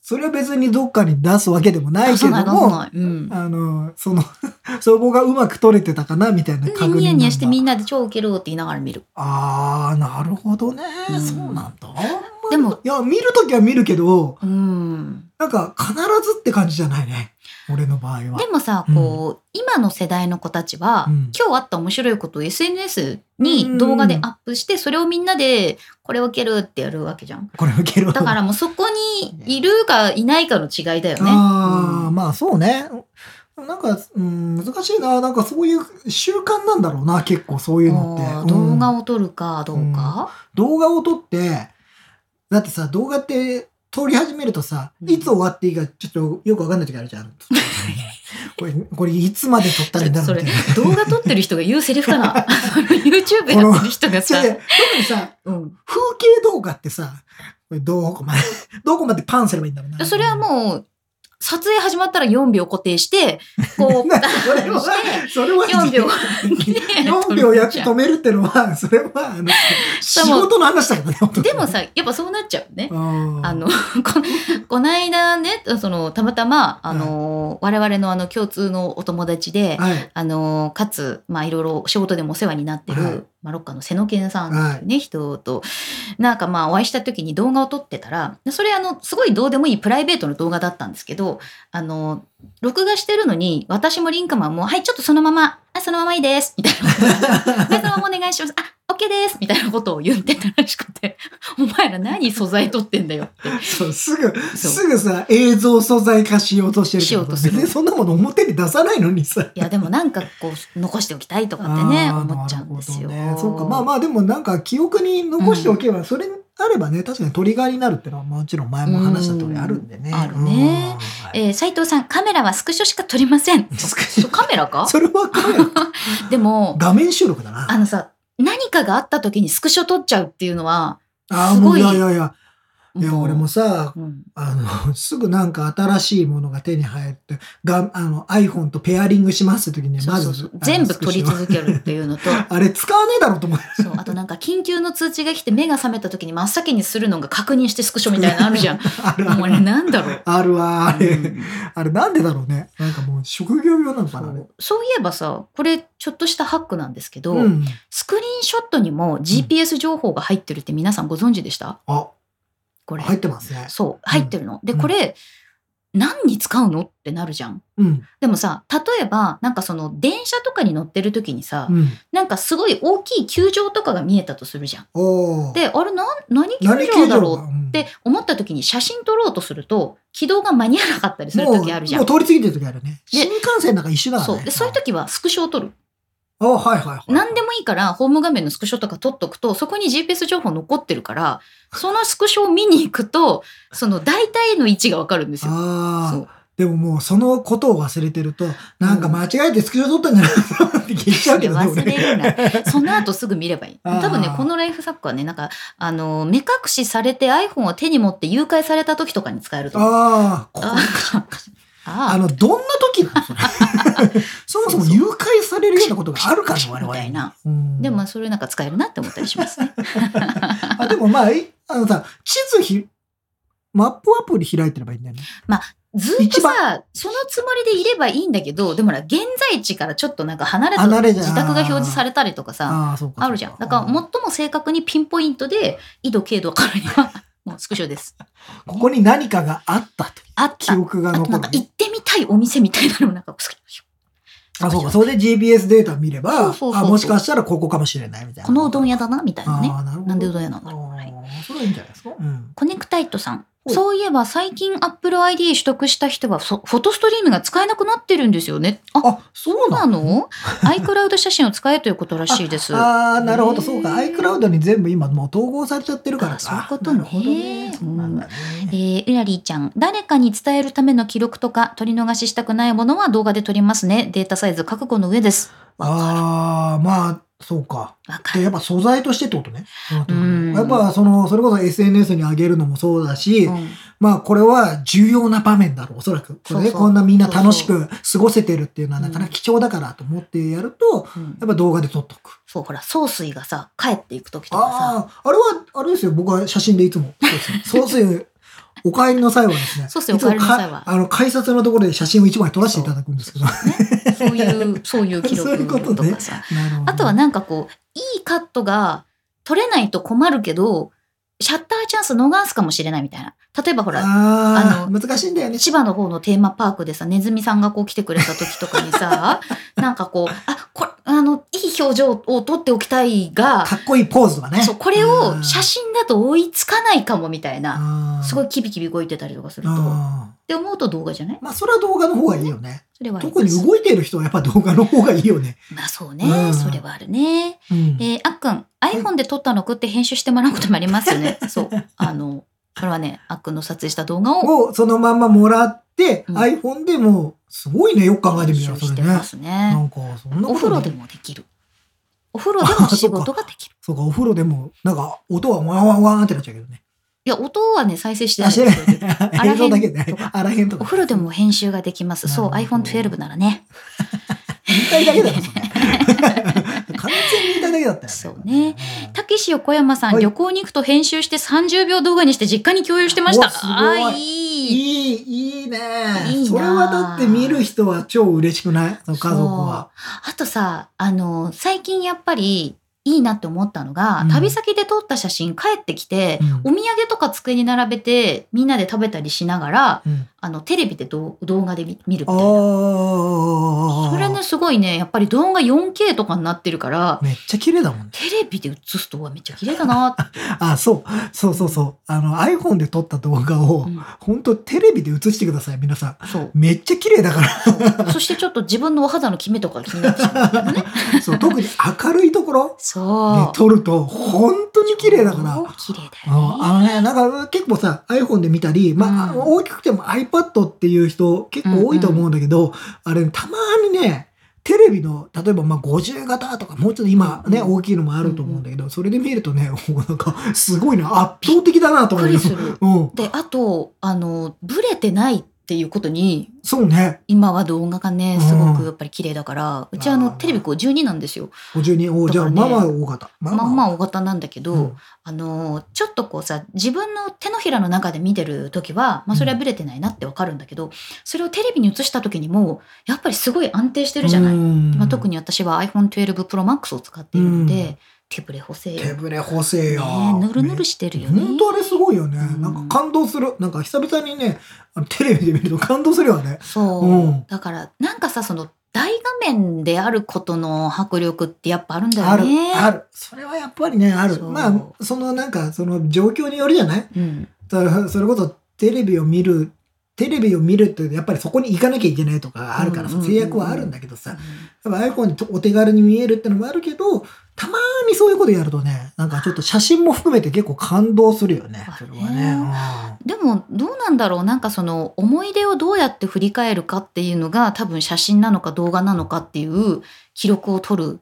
Speaker 2: それは別にどっかに出すわけでもないけ
Speaker 1: そ
Speaker 2: ど
Speaker 1: うなのそう
Speaker 2: も、
Speaker 1: なのうん。
Speaker 2: あの、その、 *laughs* そこがうまく撮れてたかなみたいな確認
Speaker 1: でニヤニヤしてみん
Speaker 2: な。
Speaker 1: なで超ウケるって言いながら見る。
Speaker 2: ああ、なるほどね。
Speaker 1: うん
Speaker 2: そうなんだ。あんまり
Speaker 1: でも、
Speaker 2: いや、見るときは見るけど、
Speaker 1: うん。
Speaker 2: なんか必ずって感じじゃないね。俺の場合は。
Speaker 1: でもさ、こう、今の世代の子たちは、
Speaker 2: うん
Speaker 1: 今日あった面白いことを SNS に動画でアップして、それをみんなでこれウケるってやるわけじゃん。
Speaker 2: これ受ける
Speaker 1: だからもうそこにいるかいないかの違いだよね。
Speaker 2: ああ、
Speaker 1: うん
Speaker 2: まあそうね。なんか、うん、難しいな。なんかそういう習慣なんだろうな。結構そういうのって
Speaker 1: あー。
Speaker 2: う
Speaker 1: 動
Speaker 2: ん
Speaker 1: 画を撮るかどうか。
Speaker 2: 動画を撮って、だってさ、動画って撮り始めるとさ、
Speaker 1: うん
Speaker 2: いつ終わっていいかちょっとよくわかんない時あるじ
Speaker 1: *laughs*
Speaker 2: ゃん。これ、これいつまで撮ったらいいん
Speaker 1: *laughs*
Speaker 2: だ
Speaker 1: そ
Speaker 2: ろう
Speaker 1: れ
Speaker 2: みたいな。
Speaker 1: 動画撮ってる人が言うセリフか
Speaker 2: *laughs*
Speaker 1: なその YouTube やってる人がさ
Speaker 2: 違う違、う特にさ、
Speaker 1: うん、
Speaker 2: 風景動画ってさ、これどこまで、 *laughs* どこまでパンすればいいんだろうな。
Speaker 1: それは
Speaker 2: う、
Speaker 1: もう撮影始まったら4秒固定
Speaker 2: *laughs*
Speaker 1: してこう
Speaker 2: それ
Speaker 1: *laughs*
Speaker 2: は
Speaker 1: して、
Speaker 2: それは、
Speaker 1: 4秒 *laughs*
Speaker 2: *laughs* 4秒やって止めるってのは、それは、あの、仕事の話だからね、本当に
Speaker 1: でも、さやっぱそうなっちゃうね。
Speaker 2: あ
Speaker 1: あのここの間ねそのたまたまあの、我々のあの共通のお友達で、
Speaker 2: はい。
Speaker 1: あのかつまあいろいろ仕事でもお世話になってる、
Speaker 2: はい
Speaker 1: マロッカの瀬野健さんっていうね、人となんかまあお会いした時に動画を撮ってたらそれあのすごいどうでもいいプライベートの動画だったんですけどあの録画してるのに私もリンカマンも「はいちょっとそのままあそのままいいです」みたいな「 *laughs* でそのままお願いします」あ「OK です」みたいなことを言ってたらしくて「お前ら何素材撮ってんだよ」って
Speaker 2: そう、すぐ、
Speaker 1: そう
Speaker 2: *laughs* すぐさ、映像素材化しようとしてるけど
Speaker 1: しようとする
Speaker 2: 別にそんなもの表に出さないのにさ。
Speaker 1: いやでもなんかこう残しておきたいとかってね
Speaker 2: あー
Speaker 1: 思っちゃうんですよ。
Speaker 2: なるほどね、そうか。まあまあ、でもなんか記憶に残しておけば、それあればね、確かにトリガーになるってのはもちろん前も話した通りあるんでね。
Speaker 1: うんあるね
Speaker 2: うん。はい
Speaker 1: えー、斉藤さん、カメラはスクショしか撮りま
Speaker 2: *laughs*
Speaker 1: せん。
Speaker 2: スクショ
Speaker 1: そうカメラか
Speaker 2: それは
Speaker 1: *laughs*
Speaker 2: カメラ
Speaker 1: でも、
Speaker 2: 画面収録だな。
Speaker 1: あのさ、何かがあった時にスクショ撮っちゃうっていうのは、
Speaker 2: あー
Speaker 1: すごい
Speaker 2: もういやいやいや。いや、俺もさ、
Speaker 1: うん
Speaker 2: あの、 *laughs* すぐなんか新しいものが手に入って、があの iPhone とペアリングしますって時に、
Speaker 1: そう
Speaker 2: ま
Speaker 1: そう
Speaker 2: ず
Speaker 1: そう、
Speaker 2: あの
Speaker 1: 全部取り
Speaker 2: スクシ
Speaker 1: 続けるっていうのと
Speaker 2: ョあれ使わねえだろうと思う。
Speaker 1: そうあとなんか緊急の通知が来て目が覚めた時に真っ先にするのが確認してスクショみたいなのあるじゃんも
Speaker 2: *laughs* ある
Speaker 1: う
Speaker 2: あ
Speaker 1: あれ
Speaker 2: る。
Speaker 1: なんだろう
Speaker 2: あるわ、あ
Speaker 1: う
Speaker 2: れ。
Speaker 1: ん
Speaker 2: あれなんでだろうね。なんかもう職業病なの
Speaker 1: そ
Speaker 2: かな、あれ
Speaker 1: うそういえばさこれちょっとしたハックなんですけど、
Speaker 2: うん。
Speaker 1: スクリーンショットにも GPS 情報が入ってるって皆さんご存知でした
Speaker 2: あ、
Speaker 1: これ
Speaker 2: 入ってますね。
Speaker 1: そう入ってるの、で
Speaker 2: うん
Speaker 1: これ、何に使うのってなるじゃん
Speaker 2: うん。
Speaker 1: でもさ例えばなんかその電車とかに乗ってる時にさ、
Speaker 2: うん。
Speaker 1: なんかすごい大きい球場とかが見えたとするじゃん
Speaker 2: おー。
Speaker 1: であれなん何球
Speaker 2: 何
Speaker 1: 場
Speaker 2: 球
Speaker 1: だ
Speaker 2: 場
Speaker 1: ろう
Speaker 2: だうん
Speaker 1: って思った時に写真撮ろうとすると軌道が間に合わなかったりする時あるじゃん
Speaker 2: もう。もう通り過ぎてる時あるね。
Speaker 1: で
Speaker 2: 新幹線なんか一緒だから
Speaker 1: そ
Speaker 2: ね。
Speaker 1: うでそういう時はスクショを撮る、
Speaker 2: あ、はいはいはい。
Speaker 1: 何でもいいからホーム画面のスクショとか撮っとくとそこに GPS 情報残ってるからそのスクショを見に行くとその大体の位置がわかるんですよ。
Speaker 2: あ
Speaker 1: そ
Speaker 2: あ
Speaker 1: う。
Speaker 2: でももうそのことを忘れてると、なんか間違えてスクショ撮ったんじゃないかなって聞いちゃうけどね。
Speaker 1: 忘れる
Speaker 2: 俺
Speaker 1: その後すぐ見ればいい。
Speaker 2: あー
Speaker 1: 多分ね、このライフサックはね、なんか、あの、目隠しされて iPhone を手に持って誘拐された時とかに使えると思う。
Speaker 2: *laughs* ああ、こ
Speaker 1: あーあー
Speaker 2: あの、どんな時なのそれ *laughs* そもそも誘拐されるようなことがあるから我々に。
Speaker 1: みたいな
Speaker 2: うん
Speaker 1: でもまあ、それなんか使えるなって思ったりしますね。
Speaker 2: あ、でもまあ、いあのさ、地図ひ、マップアプリ開いてればいいんだよね。
Speaker 1: ずっとさ、そのつもりでいればいいんだけど、でもほら、現在地からちょっとなんか離れた
Speaker 2: 離れじゃん
Speaker 1: 自宅が表示されたりとかさ、
Speaker 2: ああ、そうかそうか。
Speaker 1: あるじゃん。だから、最も正確にピンポイントで、緯度、経度からには、もうスクショです。
Speaker 2: ここに何かがあったという
Speaker 1: あっ
Speaker 2: 記
Speaker 1: た。
Speaker 2: 憶が
Speaker 1: あと
Speaker 2: 残
Speaker 1: な
Speaker 2: る
Speaker 1: んか行ってみたいお店みたいなのもなんかスクショ。
Speaker 2: あ、そうか。それで GPS データ見れば、
Speaker 1: そうそうそうそう
Speaker 2: あ、もしかしたらここかもしれないみたいな。
Speaker 1: このうどん屋だな、みたいなね。
Speaker 2: あーなるほど
Speaker 1: なんでうどん屋なんだろう。はい
Speaker 2: ああ、それはいいんじゃないですか。うん。
Speaker 1: コネクタイトさん。
Speaker 2: ほう
Speaker 1: そういえば最近 Apple ID 取得した人はそフォトストリームが使えなくなってるんですよね。あ、
Speaker 2: あ、そう
Speaker 1: そう
Speaker 2: な
Speaker 1: な
Speaker 2: の
Speaker 1: の ?iCloud 写真を使えということらしいです。
Speaker 2: ああ、なるほ
Speaker 1: へー
Speaker 2: ど、そうか。iCloud に全部今もう統合されちゃってるからか。
Speaker 1: あそういうことね
Speaker 2: なるほどね。そうなんだね。
Speaker 1: えー、うらりーちゃん、誰かに伝えるための記録とか、取り逃ししたくないものは動画で撮りますね。データサイズ覚悟の上です。
Speaker 2: ああ、まあ、そうか。
Speaker 1: わか
Speaker 2: で、
Speaker 1: る。
Speaker 2: やっぱ素材としてってことね。
Speaker 1: うん
Speaker 2: やっぱその、それこそ SNS に上げるのもそうだし、
Speaker 1: うん
Speaker 2: まあこれは重要な場面だろう、おそらく。これ
Speaker 1: そう
Speaker 2: ね、
Speaker 1: そう
Speaker 2: こんなみんな楽しく過ごせてるっていうのはなかなか貴重だからと思ってやると、
Speaker 1: うん
Speaker 2: やっぱ動画で撮っとく。
Speaker 1: そう、ほら、総帥がさ、帰っていく時とかさ、
Speaker 2: ああ、あれは、あれですよ。僕は写真でいつも。そうですね。そうですお帰りの際はですね。
Speaker 1: そうですねお帰りの際はい
Speaker 2: つもか *laughs* あの、改札のところで写真を一枚撮らせていただくんですけど。な
Speaker 1: そういう、そういう記
Speaker 2: *laughs* そういうこ
Speaker 1: 録
Speaker 2: と
Speaker 1: と
Speaker 2: ね
Speaker 1: かさ。
Speaker 2: るほど
Speaker 1: あとはなんかこう、いいカットが取れないと困るけど、シャッターチャンス逃すかもしれないみたいな。例えばほら、
Speaker 2: あ
Speaker 1: あ
Speaker 2: あ、難しいんだよね。
Speaker 1: 千葉の方のテーマパークでさ、ネズミさんがこう来てくれた時とかに
Speaker 2: *laughs*
Speaker 1: さ、なんかこう、あ、これ、あの、いい表情を撮っておきたいが、
Speaker 2: かっこいいポーズとかね。
Speaker 1: そう、これを写真だと追いつかないかもみたいな、
Speaker 2: 真
Speaker 1: すご
Speaker 2: い。
Speaker 1: いキビキビ動いてたりとかすると、っ
Speaker 2: あ
Speaker 1: て思うと動画じゃない
Speaker 2: ーまあ、それは動画の方がいいよね。
Speaker 1: それはありま
Speaker 2: 特
Speaker 1: す
Speaker 2: に動いてる人はやっぱ動画の方がいいよね。
Speaker 1: まあそうね、
Speaker 2: うん
Speaker 1: それはあるね。
Speaker 2: うん。
Speaker 1: えー、あっくん、iPhone で撮ったの送って編集してもらうこともありますよね。そう。あの、これはね、あっくんの撮影した動画を
Speaker 2: をそのまんまもらって、
Speaker 1: うん
Speaker 2: iPhone でも、すごいね。よく考えて
Speaker 1: 編
Speaker 2: みた
Speaker 1: 集
Speaker 2: ら、それ
Speaker 1: して
Speaker 2: ね。
Speaker 1: ま
Speaker 2: なんか、
Speaker 1: すね。
Speaker 2: そんなこと
Speaker 1: お風呂でもできる。お風呂でも仕事ができる。
Speaker 2: そうか、お風呂でも、なんか、音はワンワンワンってなっちゃうけどね。
Speaker 1: いや、音はね、再生して
Speaker 2: あ
Speaker 1: ない
Speaker 2: 知ら
Speaker 1: で
Speaker 2: な
Speaker 1: すよ。
Speaker 2: い映像だけ
Speaker 1: あ
Speaker 2: で、ね
Speaker 1: らへんとか、
Speaker 2: あらへんとか。
Speaker 1: お風呂でも編集ができます。そう、
Speaker 2: なるほど
Speaker 1: iPhone12 ならね。
Speaker 2: 言いたいだけだろ、それ
Speaker 1: *laughs*
Speaker 2: 完全に言いたいだけだったよね。
Speaker 1: そうね
Speaker 2: ん。
Speaker 1: たけし横山さん、
Speaker 2: はい
Speaker 1: 旅行に行くと編集して30秒動画にして実家に共有してました。
Speaker 2: おすごい
Speaker 1: ああ、いい。
Speaker 2: いい、いいね
Speaker 1: いいな
Speaker 2: それはだって見る人は超嬉しくないその家族は。
Speaker 1: そう。あとさ、あの、最近やっぱり、いいなって思ったのが、
Speaker 2: うん
Speaker 1: 旅先で撮った写真帰ってきて、
Speaker 2: う
Speaker 1: お土産とか机に並べてみんなで食べたりしながら
Speaker 2: うん
Speaker 1: あのテレビでどう動画で見見るみたいな
Speaker 2: ああ。
Speaker 1: それね。すごいねやっぱり動画 4K とかになってるから
Speaker 2: めっちゃ綺麗だもんね。
Speaker 1: テレビで映すとうわめっちゃ綺麗だな
Speaker 2: *laughs*
Speaker 1: って
Speaker 2: あ、そう。そうそうそう。あの、iPhone で撮った動画を、
Speaker 1: うん
Speaker 2: 本当テレビで映してください、皆さん。
Speaker 1: そう
Speaker 2: めっちゃ綺麗だから。
Speaker 1: そしてちょっと自分のお肌のキメとか気になってしまうみたいなね
Speaker 2: *laughs* そう特に明るいところで
Speaker 1: そう
Speaker 2: 撮ると本当に綺麗だから。
Speaker 1: そう綺麗だ
Speaker 2: あ
Speaker 1: よね
Speaker 2: あのね、なんか結構さ、iPhone で見たり、まあ、
Speaker 1: うん
Speaker 2: 大きくても iPad っていう人結構多いと思うんだけど、あれ、たまにね、テレビの例えばまあ50型とかもうちょっと今ね、
Speaker 1: うん
Speaker 2: 大きいのもあると思うんだけど、それで見るとね *laughs* おなんかすごいな圧倒的だなと
Speaker 1: びっ
Speaker 2: 思
Speaker 1: く
Speaker 2: う
Speaker 1: り
Speaker 2: よ
Speaker 1: する。
Speaker 2: うん、
Speaker 1: で、あと、あの、ブレてないっていうことに、
Speaker 2: そうね
Speaker 1: 今は動画がね、すご
Speaker 2: う
Speaker 1: く
Speaker 2: ん
Speaker 1: やっぱり綺麗だから、うち
Speaker 2: あー
Speaker 1: あの、テレビ52なんですよ。
Speaker 2: 52お、
Speaker 1: だ
Speaker 2: じ
Speaker 1: か
Speaker 2: ゃ
Speaker 1: ら
Speaker 2: あ
Speaker 1: ね
Speaker 2: まあまあ大型ま
Speaker 1: まあまあ大型なんだけど、
Speaker 2: うん
Speaker 1: あの、ちょっとこうさ、自分の手のひらの中で見てる時は、まあそれはブレてないなってわかるんだけど、それをテレビに映した時にも、やっぱりすごい安定してるじゃない。
Speaker 2: うん
Speaker 1: まあ、特に私は iPhone12 Pro Max を使っているので、
Speaker 2: うん
Speaker 1: 手ぶれ補正
Speaker 2: 手ぶれ補正
Speaker 1: ね
Speaker 2: や、
Speaker 1: ぬるぬるしてるよね。
Speaker 2: 本当あれすごいよね、
Speaker 1: うん
Speaker 2: なんか感動するなんか久々にねあのテレビで見ると *laughs* 感動するよね
Speaker 1: そう、
Speaker 2: うん
Speaker 1: だからなんかさその大画面であることの迫力ってやっぱあるんだ
Speaker 2: あ
Speaker 1: よ
Speaker 2: る
Speaker 1: ね。
Speaker 2: あるそれはやっぱりねある
Speaker 1: そう
Speaker 2: まあそのなんかその状況によるじゃない
Speaker 1: うん、
Speaker 2: だからそれこそテレビを見るテレビを見るってやっぱりそこに行かなきゃいけないとかあるからさ
Speaker 1: うんうんうん
Speaker 2: 制約はあるんだけどさやっぱ iPhone にお手軽に見えるってのもあるけどたまーにそういうことやるとねなんかちょっと写真も含めて結構感動するよね
Speaker 1: あ
Speaker 2: それはね。
Speaker 1: でもどうなんだろうなんかその思い出をどうやって振り返るかっていうのが多分写真なのか動画なのかっていう記録を取る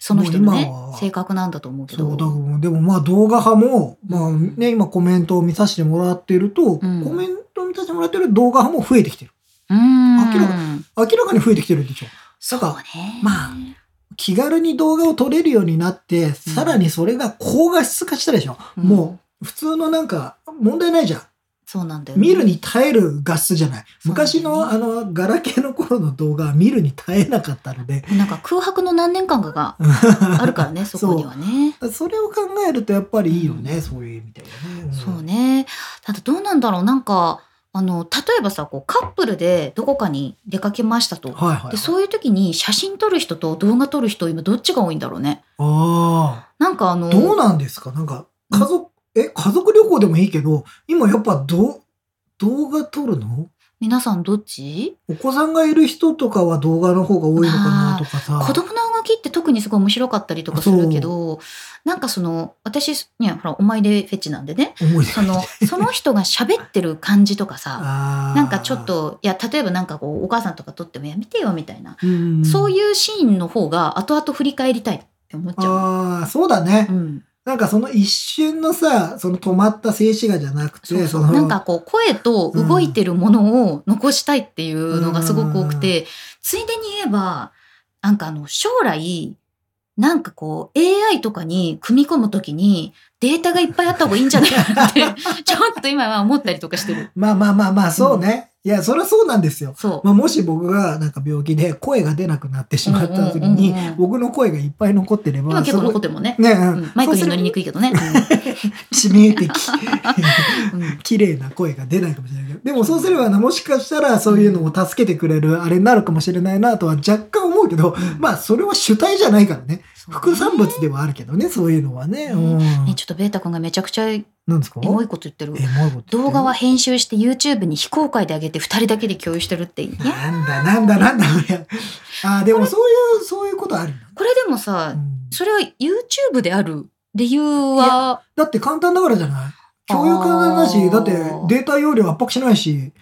Speaker 1: その人のね
Speaker 2: もう今は
Speaker 1: 性格なんだと思うけ
Speaker 2: そ
Speaker 1: ど。
Speaker 2: うだからでもまあ動画派も、まあね、今コメントを見させてもらっていると、
Speaker 1: ん
Speaker 2: コメントを見させてもらっている動画派も増えてきてる
Speaker 1: うーん
Speaker 2: 明らか明らかに増えてきてるでしょ
Speaker 1: そうね。
Speaker 2: まあ気軽に動画を撮れるようになって、さらにそれが高画質化したでしょ、
Speaker 1: うん
Speaker 2: もう普通のなんか問題ないじゃん
Speaker 1: そうなんだよね、
Speaker 2: 見るに耐える画質じゃない昔の
Speaker 1: そ
Speaker 2: あのガラケーの頃の動画は見るに耐えなかったので
Speaker 1: なんか空白の何年間か
Speaker 2: *laughs*
Speaker 1: が *laughs* あるからねそこにはね。
Speaker 2: それを考えるとやっぱりいいよね、そういう意味ではね、ん
Speaker 1: そうね。ただどうなんだろうなんかあの例えばさこうカップルでどこかに出かけましたと。
Speaker 2: はいはい、
Speaker 1: でそういう時に写真撮る人と動画撮る人今どっちが多いんだろうね。
Speaker 2: ああ
Speaker 1: なんかあの
Speaker 2: どうなんですかなんか、家族、え、家族旅行でもいいけど、今やっぱど、動画撮るの
Speaker 1: 皆さんどっち
Speaker 2: お子さんがいる人とかは動画の方が多いのかなとかさ。
Speaker 1: 子供の動きって特にすごい面白かったりとかするけどなんかその私ねほら思い出フェチなんでね
Speaker 2: 思い出
Speaker 1: そ
Speaker 2: *laughs*
Speaker 1: のその人が喋ってる感じとかさ
Speaker 2: あー
Speaker 1: なんかちょっ、といや例えばなんかこうお母さんとか撮ってもやめてよみたいな
Speaker 2: うん
Speaker 1: そういうシーンの方が後々振り返りたいって思っちゃ
Speaker 2: ああ、そうだね、
Speaker 1: う。うん、
Speaker 2: なんかその一瞬のさ、その止まった静止画じゃなくて、
Speaker 1: そうそう
Speaker 2: の
Speaker 1: なんかこう声と動いてるものを残したいっていうのがすごく多くてついでに言えばなんかあの将来なんかこう AI とかに組み込むときにデータがいっぱいあった方がいいんじゃないか *laughs* ってちょっと今は思ったりとかしてる。
Speaker 2: まあまあまあまあ、そうね。いや、そりゃそうなんですよ。
Speaker 1: そう
Speaker 2: まあ、もし僕がなんか病気で声が出なくなってしまった時
Speaker 1: う
Speaker 2: に
Speaker 1: んうんうんうん、
Speaker 2: 僕の声がいっぱい残ってれば、
Speaker 1: 今結構
Speaker 2: そ
Speaker 1: 残っ
Speaker 2: こ
Speaker 1: てるもんね。
Speaker 2: ね、う
Speaker 1: うんんマイクに乗りにくいけどね。
Speaker 2: 致命的
Speaker 1: うんうん
Speaker 2: *laughs* 綺麗な声が出ないかもしれないけどでもそうすればなもしかしたらそういうのを助けてくれるあれになるかもしれないなとは若干思うけどまあそれは主体じゃないからね
Speaker 1: そうね
Speaker 2: 副産物ではあるけどねそういうのはね、うん、
Speaker 1: ねちょっとベータ君がめちゃくちゃエ
Speaker 2: なんですか
Speaker 1: モいこと言ってる。
Speaker 2: エモいこと言ってる
Speaker 1: 動画は編集して YouTube に非公開で上げて2人だけで共有してるっていいや
Speaker 2: なんだなんだなんだこれあーでもそういうそういうことあるよね、
Speaker 1: これでもさ
Speaker 2: うん
Speaker 1: それは YouTube である理由は
Speaker 2: だって簡単だからじゃない共有可能だ
Speaker 1: あ
Speaker 2: し
Speaker 1: ー
Speaker 2: だってデータ容量圧迫しないし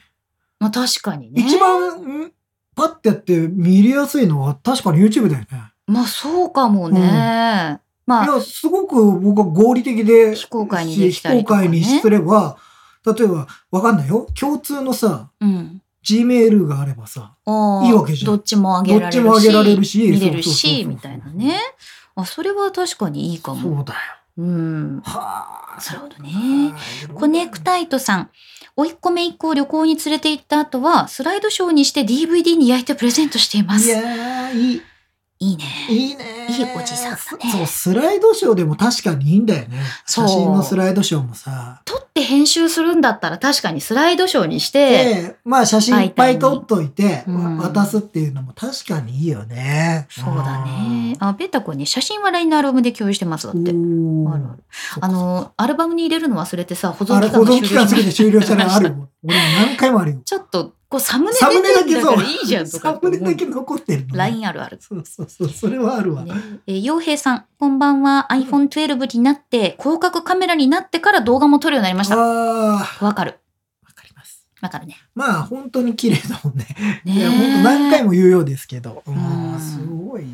Speaker 1: まあ確かにね
Speaker 2: 一番んパッてやって見れやすいのは確かに YouTube だよね。
Speaker 1: まあそうかもね、
Speaker 2: うんい
Speaker 1: まあ
Speaker 2: やすごく僕は合理的で
Speaker 1: 非公開にできたりとかね
Speaker 2: 非公開にすれば例えばわかんないよ共通のさ
Speaker 1: うん。
Speaker 2: Gmail があればさ
Speaker 1: あー
Speaker 2: いいわけじゃん
Speaker 1: どっちも上げられるし
Speaker 2: どっちも上げられるし
Speaker 1: 見れる
Speaker 2: そうそうそう
Speaker 1: し
Speaker 2: そう
Speaker 1: みたいなねあそれは確かにいいか
Speaker 2: そうだ
Speaker 1: も
Speaker 2: よ。
Speaker 1: うん
Speaker 2: はあ
Speaker 1: なるほどね。コネクタイトさん。おいっ子めいっ子を旅行に連れて行った後は、スライドショーにして DVD に焼いてプレゼントしていま
Speaker 2: い
Speaker 1: す。い
Speaker 2: やーいい
Speaker 1: いね。
Speaker 2: いいね
Speaker 1: いいおじさんだね
Speaker 2: そうスライドショーでも確かにいいんだよね
Speaker 1: そ
Speaker 2: 写
Speaker 1: う
Speaker 2: 真のスライドショーもさ
Speaker 1: 撮って編集するんだったら確かにスライドショーにして、
Speaker 2: でまあ写真いっぱい撮っといて
Speaker 1: うん
Speaker 2: 渡すっていうのも確かにいいよね
Speaker 1: そうだね。あ、ベータ君に写真は LINE のアルバムで共有してますだって。
Speaker 2: おー
Speaker 1: あるある
Speaker 2: そっか
Speaker 1: あの、アルバムに入れるの忘れてさ、保存
Speaker 2: あれ
Speaker 1: 期
Speaker 2: 保
Speaker 1: 間が
Speaker 2: 存
Speaker 1: 終
Speaker 2: 期間
Speaker 1: 了
Speaker 2: 過ぎ
Speaker 1: して
Speaker 2: 終了したらあるよ。俺も何回もある
Speaker 1: *laughs*
Speaker 2: よ。
Speaker 1: ちょっと、こうサムネ
Speaker 2: サムネ
Speaker 1: 出
Speaker 2: だ
Speaker 1: て
Speaker 2: け
Speaker 1: るんだか
Speaker 2: そう
Speaker 1: らいいじゃんとか
Speaker 2: サ
Speaker 1: って
Speaker 2: ム
Speaker 1: 思
Speaker 2: ネ
Speaker 1: う。
Speaker 2: だけ残ってるのね。
Speaker 1: LINE あるある。
Speaker 2: そうそうそう、それはあるわ。
Speaker 1: ねえー、洋平さん、こんばんは。iPhone12 になって、広角カメラになってから動画も撮るようになりました。
Speaker 2: ああ、わ
Speaker 1: わかる。
Speaker 2: かります。
Speaker 1: わかるね。
Speaker 2: まあ本当に綺麗だもんね。
Speaker 1: ね
Speaker 2: いや本当何回
Speaker 1: も。
Speaker 2: も言うようですけど、うん
Speaker 1: うん
Speaker 2: すごい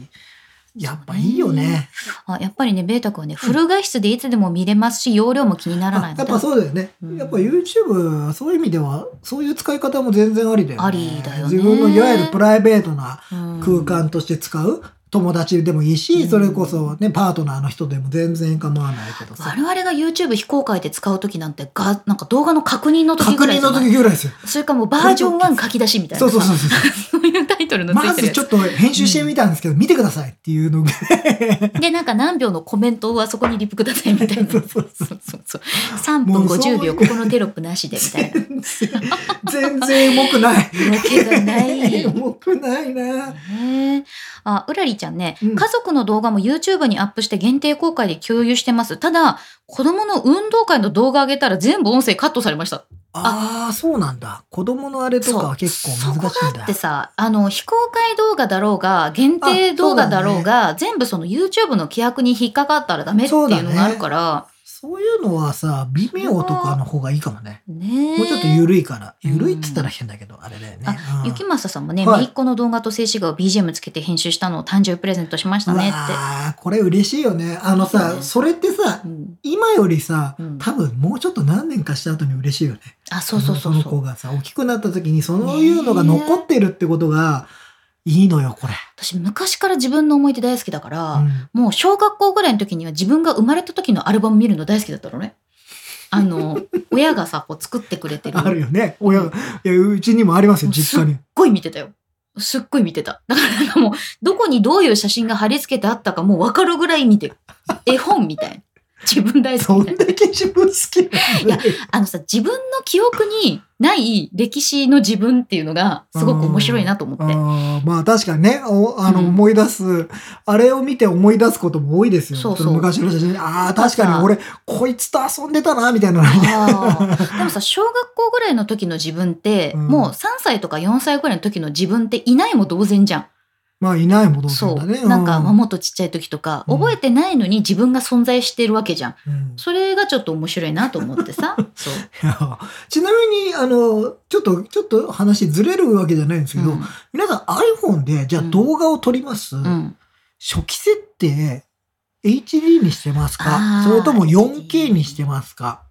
Speaker 2: やっぱいいよね。
Speaker 1: あ、やっぱりね、ベータ君はね、フル画質でいつでも見れますし、容量も気にならな
Speaker 2: あ
Speaker 1: いの
Speaker 2: やっ
Speaker 1: で
Speaker 2: ぱ。そうだよね、
Speaker 1: うん
Speaker 2: やっぱ YouTube そういう意味ではそういう使い方も全然ありだよね
Speaker 1: ありだよね
Speaker 2: 自分のいわゆるプライベートな
Speaker 1: うん
Speaker 2: 空間として使う友達でもいいし、
Speaker 1: うん
Speaker 2: それこそねパートナーの人でも全然構わないけどさ
Speaker 1: 我々が YouTube 非公開で使う時なんてがなんか動画の確認の時
Speaker 2: 確
Speaker 1: ぐらい
Speaker 2: 認
Speaker 1: じゃ
Speaker 2: の
Speaker 1: ない
Speaker 2: 時ぐらいですよ
Speaker 1: それかもうバージョン1書き出しみたい
Speaker 2: そ
Speaker 1: な
Speaker 2: うそうそ
Speaker 1: さ
Speaker 2: うそ
Speaker 1: そ
Speaker 2: う
Speaker 1: ういうタイトルのつ
Speaker 2: *laughs* ま
Speaker 1: いてる
Speaker 2: ず
Speaker 1: や
Speaker 2: ちょ
Speaker 1: つ
Speaker 2: っと編集してみたんですけど、見てくださいっていうのが
Speaker 1: でなんか何秒のコメントはそこにリプくださいみたいなそ
Speaker 2: そ
Speaker 1: うう
Speaker 2: そうそ
Speaker 1: そうそう3分
Speaker 2: もうそういう
Speaker 1: 50秒ここのテロップなしでみたいな
Speaker 2: *laughs* 全然重くない
Speaker 1: わけがない
Speaker 2: 重くないな
Speaker 1: へえ。あ、うらりちゃんね、
Speaker 2: うん
Speaker 1: 家族の動画も YouTube にアップして限定公開で共有してます。ただ、子供の運動会の動画上げたら全部音声カットされました。
Speaker 2: ああそうなんだ子供のあれとかは結構難しいん
Speaker 1: だ
Speaker 2: だ
Speaker 1: ってさ、あの、非公開動画だろうが、限定動画だろうが、全部その YouTube の規約に引っかかったらダメっていうのがあるから、
Speaker 2: そういうのはさ微妙とかの方がいいかもね
Speaker 1: ね
Speaker 2: もうちょっと緩いから
Speaker 1: うん
Speaker 2: 緩いって言ったら変だけどあれだよね
Speaker 1: あ
Speaker 2: うん
Speaker 1: 雪政さんもね、
Speaker 2: はい
Speaker 1: 姪っ子の動画と静止画を BGM つけて編集したのを誕生日プレゼントしましたねっ
Speaker 2: うわーこれ嬉しいよねあの
Speaker 1: う
Speaker 2: さ
Speaker 1: ん
Speaker 2: それってさ
Speaker 1: て。うん
Speaker 2: 今よりさ
Speaker 1: うん
Speaker 2: 多分もうちょっと何年かした後に嬉しいよね
Speaker 1: あ、そうそうそう
Speaker 2: の
Speaker 1: そ
Speaker 2: 子
Speaker 1: う。
Speaker 2: がさ大きくなった時にそういうのが残ってるってことがいいのよこれ、
Speaker 1: 私、昔から自分の思い出大好きだから、
Speaker 2: うん
Speaker 1: もう小学校ぐらいの時には自分が生まれた時のアルバム見るの大好きだったのね。あ
Speaker 2: *laughs*
Speaker 1: の、親がさ、こう作ってくれてる。
Speaker 2: ある
Speaker 1: すっ
Speaker 2: よね親がいやうちにもありますよ実家に
Speaker 1: ごい見てたよ。すっごい見てた。だからなんかもう、どこにどういう写真が貼り付けてあったかもうわかるぐらい見てる。絵本みたいな。自分大
Speaker 2: そ
Speaker 1: 好
Speaker 2: ん
Speaker 1: きみたいな。
Speaker 2: だけ自分好きなんだね
Speaker 1: あのさ、自分の記憶にない歴史の自分っていうのがすごく面白いなと思って。
Speaker 2: あーまあ確かにねおあの
Speaker 1: うん
Speaker 2: 思い出す、あれを見て思い出すことも多いですよ
Speaker 1: そうそう
Speaker 2: の昔の写真ああ確か
Speaker 1: なん
Speaker 2: に俺こいつと遊んでたなみたいなのね
Speaker 1: あーでもさ、小学校ぐらいの時の自分って、
Speaker 2: うん
Speaker 1: もう3歳とか4歳ぐらいの時の自分っていないも同然じゃん。
Speaker 2: *laughs* まあいないも同
Speaker 1: そ
Speaker 2: 然
Speaker 1: う
Speaker 2: だね
Speaker 1: なんか、
Speaker 2: う
Speaker 1: まあもっとちっちゃい時とか、
Speaker 2: うん
Speaker 1: 覚えてないのに自分が存在してるわけじゃん。
Speaker 2: うん
Speaker 1: それがちょっと面白いなと思って
Speaker 2: *laughs*
Speaker 1: さ。そう。
Speaker 2: いやちなみにあのちょっとちょっと話ずれるわけじゃないんですけど、
Speaker 1: うん
Speaker 2: 皆さん iPhone でじゃあ
Speaker 1: うん
Speaker 2: 動画を撮ります、
Speaker 1: うん。
Speaker 2: 初期設定 HD にしてますか
Speaker 1: あー
Speaker 2: それとも 4K にしてますか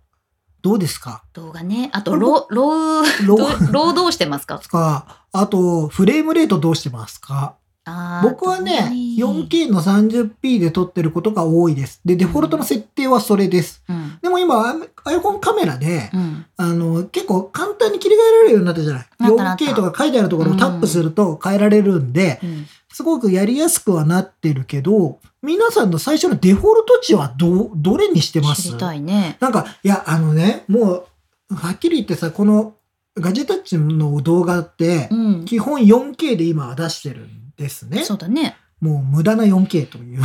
Speaker 2: どうですか
Speaker 1: 動画ね。あと、ろ、ろう、
Speaker 2: ロ
Speaker 1: どう労働してますか
Speaker 2: ですか *laughs* あとフレームレートどうしてますか
Speaker 1: あー
Speaker 2: 僕はね。
Speaker 1: 動画
Speaker 2: 4K の 30p で撮ってることが多いですでデフォルトの設定はそれです
Speaker 1: うん。
Speaker 2: でも今 iPhone カメラで
Speaker 1: うん。
Speaker 2: あの結構簡単に切り替えられるようになったじゃない
Speaker 1: なったなった
Speaker 2: 4K とか書いてあるところをタップすると変えられるんで
Speaker 1: うん
Speaker 2: すごくやりやすくはなってるけど皆さんの最初のデフォルト値はどどれにしてます
Speaker 1: 知りたいね。
Speaker 2: なんか、いや、あのね、もう、はっきり言ってさ、この、ガジェタッチの動画って
Speaker 1: う、ん。
Speaker 2: 基本 4K で今は出してるんですね。
Speaker 1: そうだね。
Speaker 2: もう無駄な 4K という、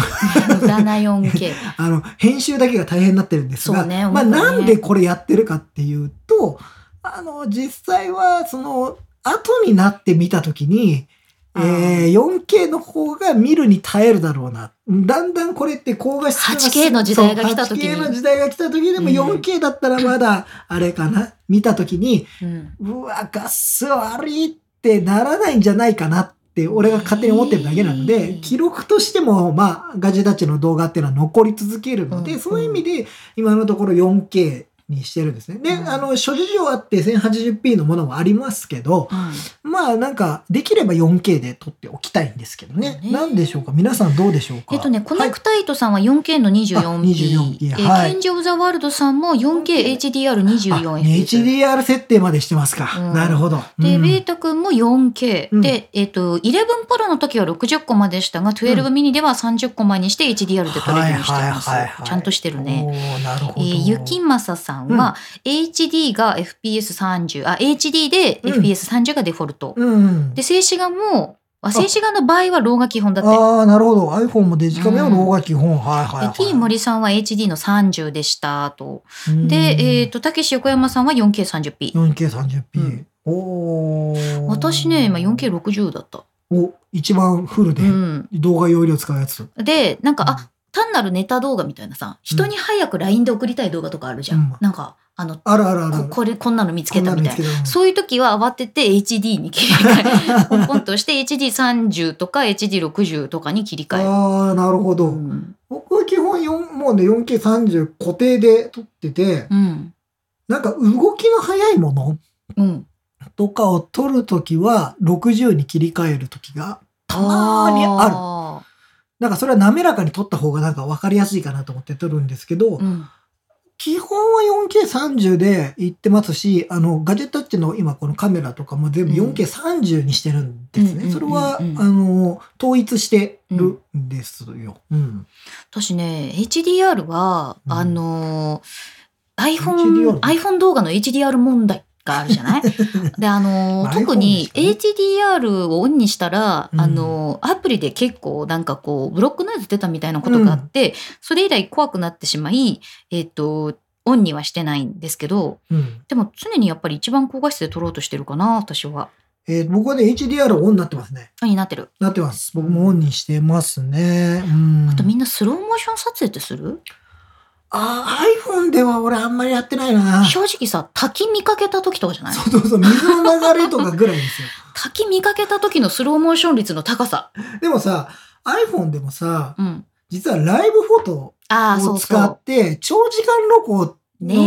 Speaker 1: 無駄な 4K。
Speaker 2: あの、編集だけが大変になってるんです
Speaker 1: そ
Speaker 2: が、
Speaker 1: うね
Speaker 2: ま
Speaker 1: 本
Speaker 2: あ、
Speaker 1: 当にね
Speaker 2: なんでこれやってるかっていうと、あの、実際は、その、後になって見たときに、
Speaker 1: あー
Speaker 2: えー 4K の方が見るに耐えるだろうな。だんだんこれって高画質な
Speaker 1: 8K の時代が来た時に
Speaker 2: そう 8K の時代が来た時でも
Speaker 1: うん
Speaker 2: 4K だったらまだ、あれかな、見た時に、
Speaker 1: うん。
Speaker 2: *laughs* うわ、ガス悪いってならないんじゃないかなって、俺が勝手に思ってるだけなの
Speaker 1: え
Speaker 2: で、
Speaker 1: ー
Speaker 2: 記録としても、まあ、ガジェタッチの動画っていうのは残り続けるので、
Speaker 1: うん
Speaker 2: そういう意味で、今のところ 4K にしてるんですね。で、
Speaker 1: うん
Speaker 2: あの、諸事情あって 1080p のものもありますけど、
Speaker 1: うん
Speaker 2: まあなんか、できれば 4K で撮っておきたいんですけどね。
Speaker 1: ね
Speaker 2: なんでしょうか皆さんどうでしょうか
Speaker 1: えっとね、コネ
Speaker 2: はい
Speaker 1: クタイトさんは 4K の 24P。
Speaker 2: 24P
Speaker 1: で、
Speaker 2: はい
Speaker 1: ケンジ・オブ・ザ・ワールドさんも 4KHDR24F
Speaker 2: あ。HDR 設定までしてますか。
Speaker 1: うん
Speaker 2: なるほど。
Speaker 1: で、
Speaker 2: うん
Speaker 1: ベータ君も 4K、
Speaker 2: うん
Speaker 1: で、えっ、と、11プロの時は60コマでしたが、12ミニでは30コマにして HDR で撮れるようにしています。
Speaker 2: はいはいはいはい
Speaker 1: ちゃんとしてるね。
Speaker 2: おーなる
Speaker 1: え
Speaker 2: ほど。
Speaker 1: ー、ゆきまささんは、HD が FPS30、あ、HD で
Speaker 2: うん
Speaker 1: FPS30 がデフォルト。
Speaker 2: うん。
Speaker 1: で、静止画も、あ静止画の場合はローが基本だって。
Speaker 2: ああ、なるほど。iPhone もデジカメは
Speaker 1: うん
Speaker 2: 老が基本。はいはい、は
Speaker 1: で
Speaker 2: い。
Speaker 1: T 森さんは HD の30でしたと。
Speaker 2: うん
Speaker 1: で、えっ、と、たけし横山さんは 4K30p。
Speaker 2: 4K30p。
Speaker 1: うん
Speaker 2: おー
Speaker 1: 私ね、今。4K60 だった。
Speaker 2: お、一番フルで
Speaker 1: うん。
Speaker 2: 動画容量使うやつ。
Speaker 1: で、なんか、あ
Speaker 2: うん、
Speaker 1: 単なるネタ動画みたいなさ人に早く LINE で送りたい動画とかあるじゃん、
Speaker 2: うん
Speaker 1: なんかあの
Speaker 2: あるあるある
Speaker 1: ここれこんなの見つけたみたいな。
Speaker 2: な
Speaker 1: そういう時は慌てて HD に切り替えポンポンとして *laughs* HD30 とか HD60 とかに切り替える。
Speaker 2: ああーなるほど、
Speaker 1: うん
Speaker 2: 僕は基本4もうね 4K30 固定で撮ってて、
Speaker 1: うん
Speaker 2: なんか動きの速いもの
Speaker 1: うん、
Speaker 2: とかを撮るときは60に切り替えるときがたまーにある
Speaker 1: あ
Speaker 2: なんかそれは滑らかに撮った方がなんか分かりやすいかなと思って撮るんですけど、
Speaker 1: るうん
Speaker 2: 基本は 4K30 でいってますしあのガジェットタッチの今このカメラとかも全部
Speaker 1: うん
Speaker 2: 4K30 にしてるんですね、
Speaker 1: うん
Speaker 2: それは、
Speaker 1: うんうん
Speaker 2: あの統一してるんですよ、うん
Speaker 1: 私ね HDR は、
Speaker 2: うん
Speaker 1: あの
Speaker 2: HDR
Speaker 1: iPhone, iPhone 動画の HDR 問題があるじゃない
Speaker 2: *laughs*
Speaker 1: であの、
Speaker 2: まあ
Speaker 1: 特に
Speaker 2: iPhone で
Speaker 1: HDR をオンにしたら、
Speaker 2: うん
Speaker 1: あのアプリで結構なんかこうブロックノイズ出たみたいなことがあって、それ以来怖くなってしまいえっ、とオンにはしてないんですけど
Speaker 2: うん
Speaker 1: でも常にやっぱり一番高画質で撮ろうとしてるかな私は。
Speaker 2: えー僕はね HDR オンになってますね
Speaker 1: あになってる。
Speaker 2: なってます僕もオンにしてますね、うん、
Speaker 1: あとみんなスローモーション撮影ってする、
Speaker 2: あー iPhone では俺あんまりやってないな
Speaker 1: 正直さ滝見かけた時とかじゃない
Speaker 2: そうそうそう水の流れとかぐらいですよ
Speaker 1: 滝見かけた時のスローモーション率の高さ。
Speaker 2: でもさ iPhone でもさ
Speaker 1: うん。
Speaker 2: 実はライブフォト
Speaker 1: ああ、そ
Speaker 2: を
Speaker 1: うそ
Speaker 2: 使
Speaker 1: う
Speaker 2: っ。て長時間露光の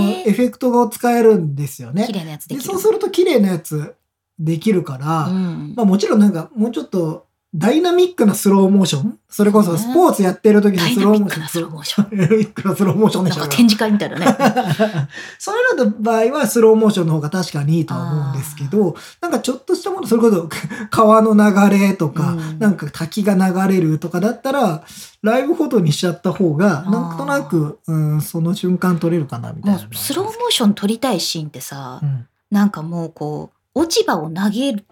Speaker 1: ねえ
Speaker 2: エフェクトを使えるんですよね
Speaker 1: 綺麗なやつで
Speaker 2: で
Speaker 1: きる。
Speaker 2: そうすると綺麗なやつできるから、
Speaker 1: うん。
Speaker 2: まあ、もちろんなんかもうちょっとダイナミックなスローモーションそれこそスポーツやってる時の
Speaker 1: ダイ
Speaker 2: ス
Speaker 1: ナ
Speaker 2: ロー
Speaker 1: ミ
Speaker 2: モ
Speaker 1: ック
Speaker 2: ーション
Speaker 1: なスローモーション。
Speaker 2: ダイ *laughs* ナミックなスローモーション
Speaker 1: なん
Speaker 2: でしょ
Speaker 1: か展示会みたいだね。
Speaker 2: *laughs* そういうのの場合はスローモーションの方が確かにいいとは思うんですけど、なんかちょっとしたもの、それこそ *laughs* 川の流れとか、
Speaker 1: うん
Speaker 2: なんか滝が流れるとかだったら、ライブフォトにしちゃった方が、なんとなく、うん、その瞬間撮れるかなみたい
Speaker 1: も
Speaker 2: な。
Speaker 1: うスローモーション撮りたいシーンってさ
Speaker 2: う、ん
Speaker 1: なんかもうこう、落ち葉を投げる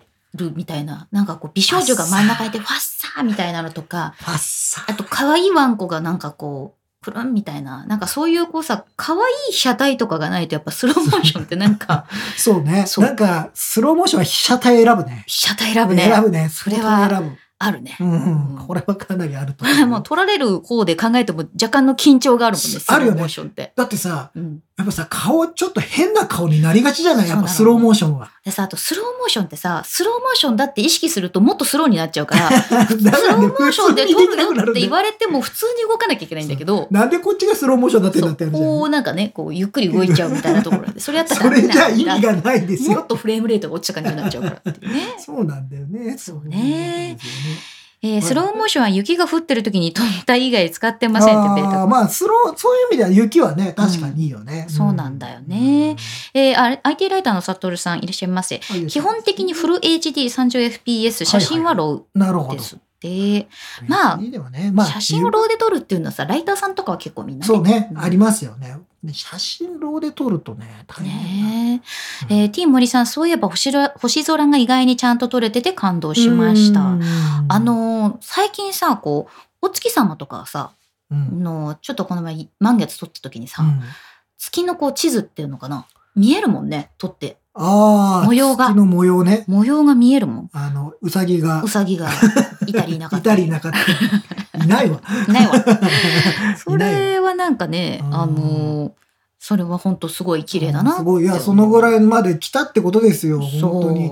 Speaker 1: みたいな、なんかこう、美少女が真ん中にいて、ファッサーみたいなのとか、
Speaker 2: ファッサ
Speaker 1: あと可愛いワンコがなんかこう、プルンみたいな、なんかそういうこうさ、可愛い車体とかがないとやっぱスローモーションってなんか、
Speaker 2: そう *laughs* ね。
Speaker 1: そう
Speaker 2: なんか、スローモーションは被写体選ぶね。
Speaker 1: 車体選ぶね。
Speaker 2: 選ぶね。そ
Speaker 1: れは
Speaker 2: 選
Speaker 1: あるね。
Speaker 2: ぶ。うん、うん。
Speaker 1: うん
Speaker 2: これはかなりあると
Speaker 1: こ
Speaker 2: 思う
Speaker 1: れ *laughs* もう取られる方で考えても若干の緊張があるもんね。
Speaker 2: あるよ
Speaker 1: スロ
Speaker 2: ね
Speaker 1: ーモーションって。
Speaker 2: だってさ、
Speaker 1: うん、
Speaker 2: やっぱさ、顔、ちょっと変な顔になりがちじゃないやっぱ
Speaker 1: そ
Speaker 2: ス
Speaker 1: うな
Speaker 2: ロ
Speaker 1: の
Speaker 2: ーモーションは。
Speaker 1: でさ、あとスローモーションってさ、スローモーションだって意識するともっとスローになっちゃう
Speaker 2: *laughs*
Speaker 1: から、ス
Speaker 2: だから
Speaker 1: ロー
Speaker 2: ね
Speaker 1: モーションで
Speaker 2: 普通
Speaker 1: 撮
Speaker 2: に
Speaker 1: る
Speaker 2: できなくな
Speaker 1: よ
Speaker 2: る
Speaker 1: っ
Speaker 2: んだ
Speaker 1: て
Speaker 2: よ
Speaker 1: 言われても普通に動かなきゃいけないんだけど、
Speaker 2: なんでこっちがスローモーションだってな
Speaker 1: そ
Speaker 2: っ
Speaker 1: う
Speaker 2: てるじゃ
Speaker 1: こ
Speaker 2: ん。
Speaker 1: うなんかね、こうゆっくり動いちゃうみたいなところで、それやったら
Speaker 2: それじゃ意味
Speaker 1: ダメ
Speaker 2: がないです
Speaker 1: なんだもっ
Speaker 2: よ。
Speaker 1: とフレームレートが落ちた感じになっちゃうからっていう
Speaker 2: *laughs*
Speaker 1: ね。
Speaker 2: そうなんだよね。
Speaker 1: そうね
Speaker 2: そうなんですよね
Speaker 1: え
Speaker 2: い
Speaker 1: ー、スローモーションは雪が降ってる時に撮った以外使ってませんってベータ
Speaker 2: あーまあ、スロー、そういう意味では雪はね、確かにいいよね。
Speaker 1: うんそうなんだよねえー、あ IT ライターのサトルさんいらっしゃいませ。
Speaker 2: うん。
Speaker 1: 基本的にフル HD30fps
Speaker 2: はいは
Speaker 1: 写
Speaker 2: い
Speaker 1: 真はロ
Speaker 2: なるほ
Speaker 1: ー
Speaker 2: ど。
Speaker 1: ですって、まあ
Speaker 2: いいでもねまあ、
Speaker 1: 写真を
Speaker 2: ロ
Speaker 1: ローで撮るっていうのはさライターさんとかは結構みんな
Speaker 2: そうね、
Speaker 1: うん
Speaker 2: ありますよね。ね写真ローで撮るとね、大変だ。
Speaker 1: ね
Speaker 2: う
Speaker 1: え
Speaker 2: ん
Speaker 1: えー、T 森さんそういえば星ら星空が意外にちゃんと撮れてて感動しました
Speaker 2: うん。
Speaker 1: あ、のー最近さこうお月様とかさ
Speaker 2: うん
Speaker 1: のちょっとこの前満月撮った時にさ、
Speaker 2: うん
Speaker 1: 月のこう地図っていうのかな見えるもんね撮って
Speaker 2: ああ、
Speaker 1: 模様が
Speaker 2: 月の模様ね。
Speaker 1: 模様が見えるもん
Speaker 2: あの、うさぎが
Speaker 1: うさぎがいたりいなかっ
Speaker 2: い
Speaker 1: た
Speaker 2: た
Speaker 1: り
Speaker 2: りいなかったり。いないわ。
Speaker 1: いないわそ
Speaker 2: *laughs* いないわ
Speaker 1: れはなんかね、
Speaker 2: うん
Speaker 1: あのーそれは本当すご *laughs* い綺麗だなって
Speaker 2: すごい。いや、そのぐ
Speaker 1: い
Speaker 2: らいまで来たってことですよ。本当に。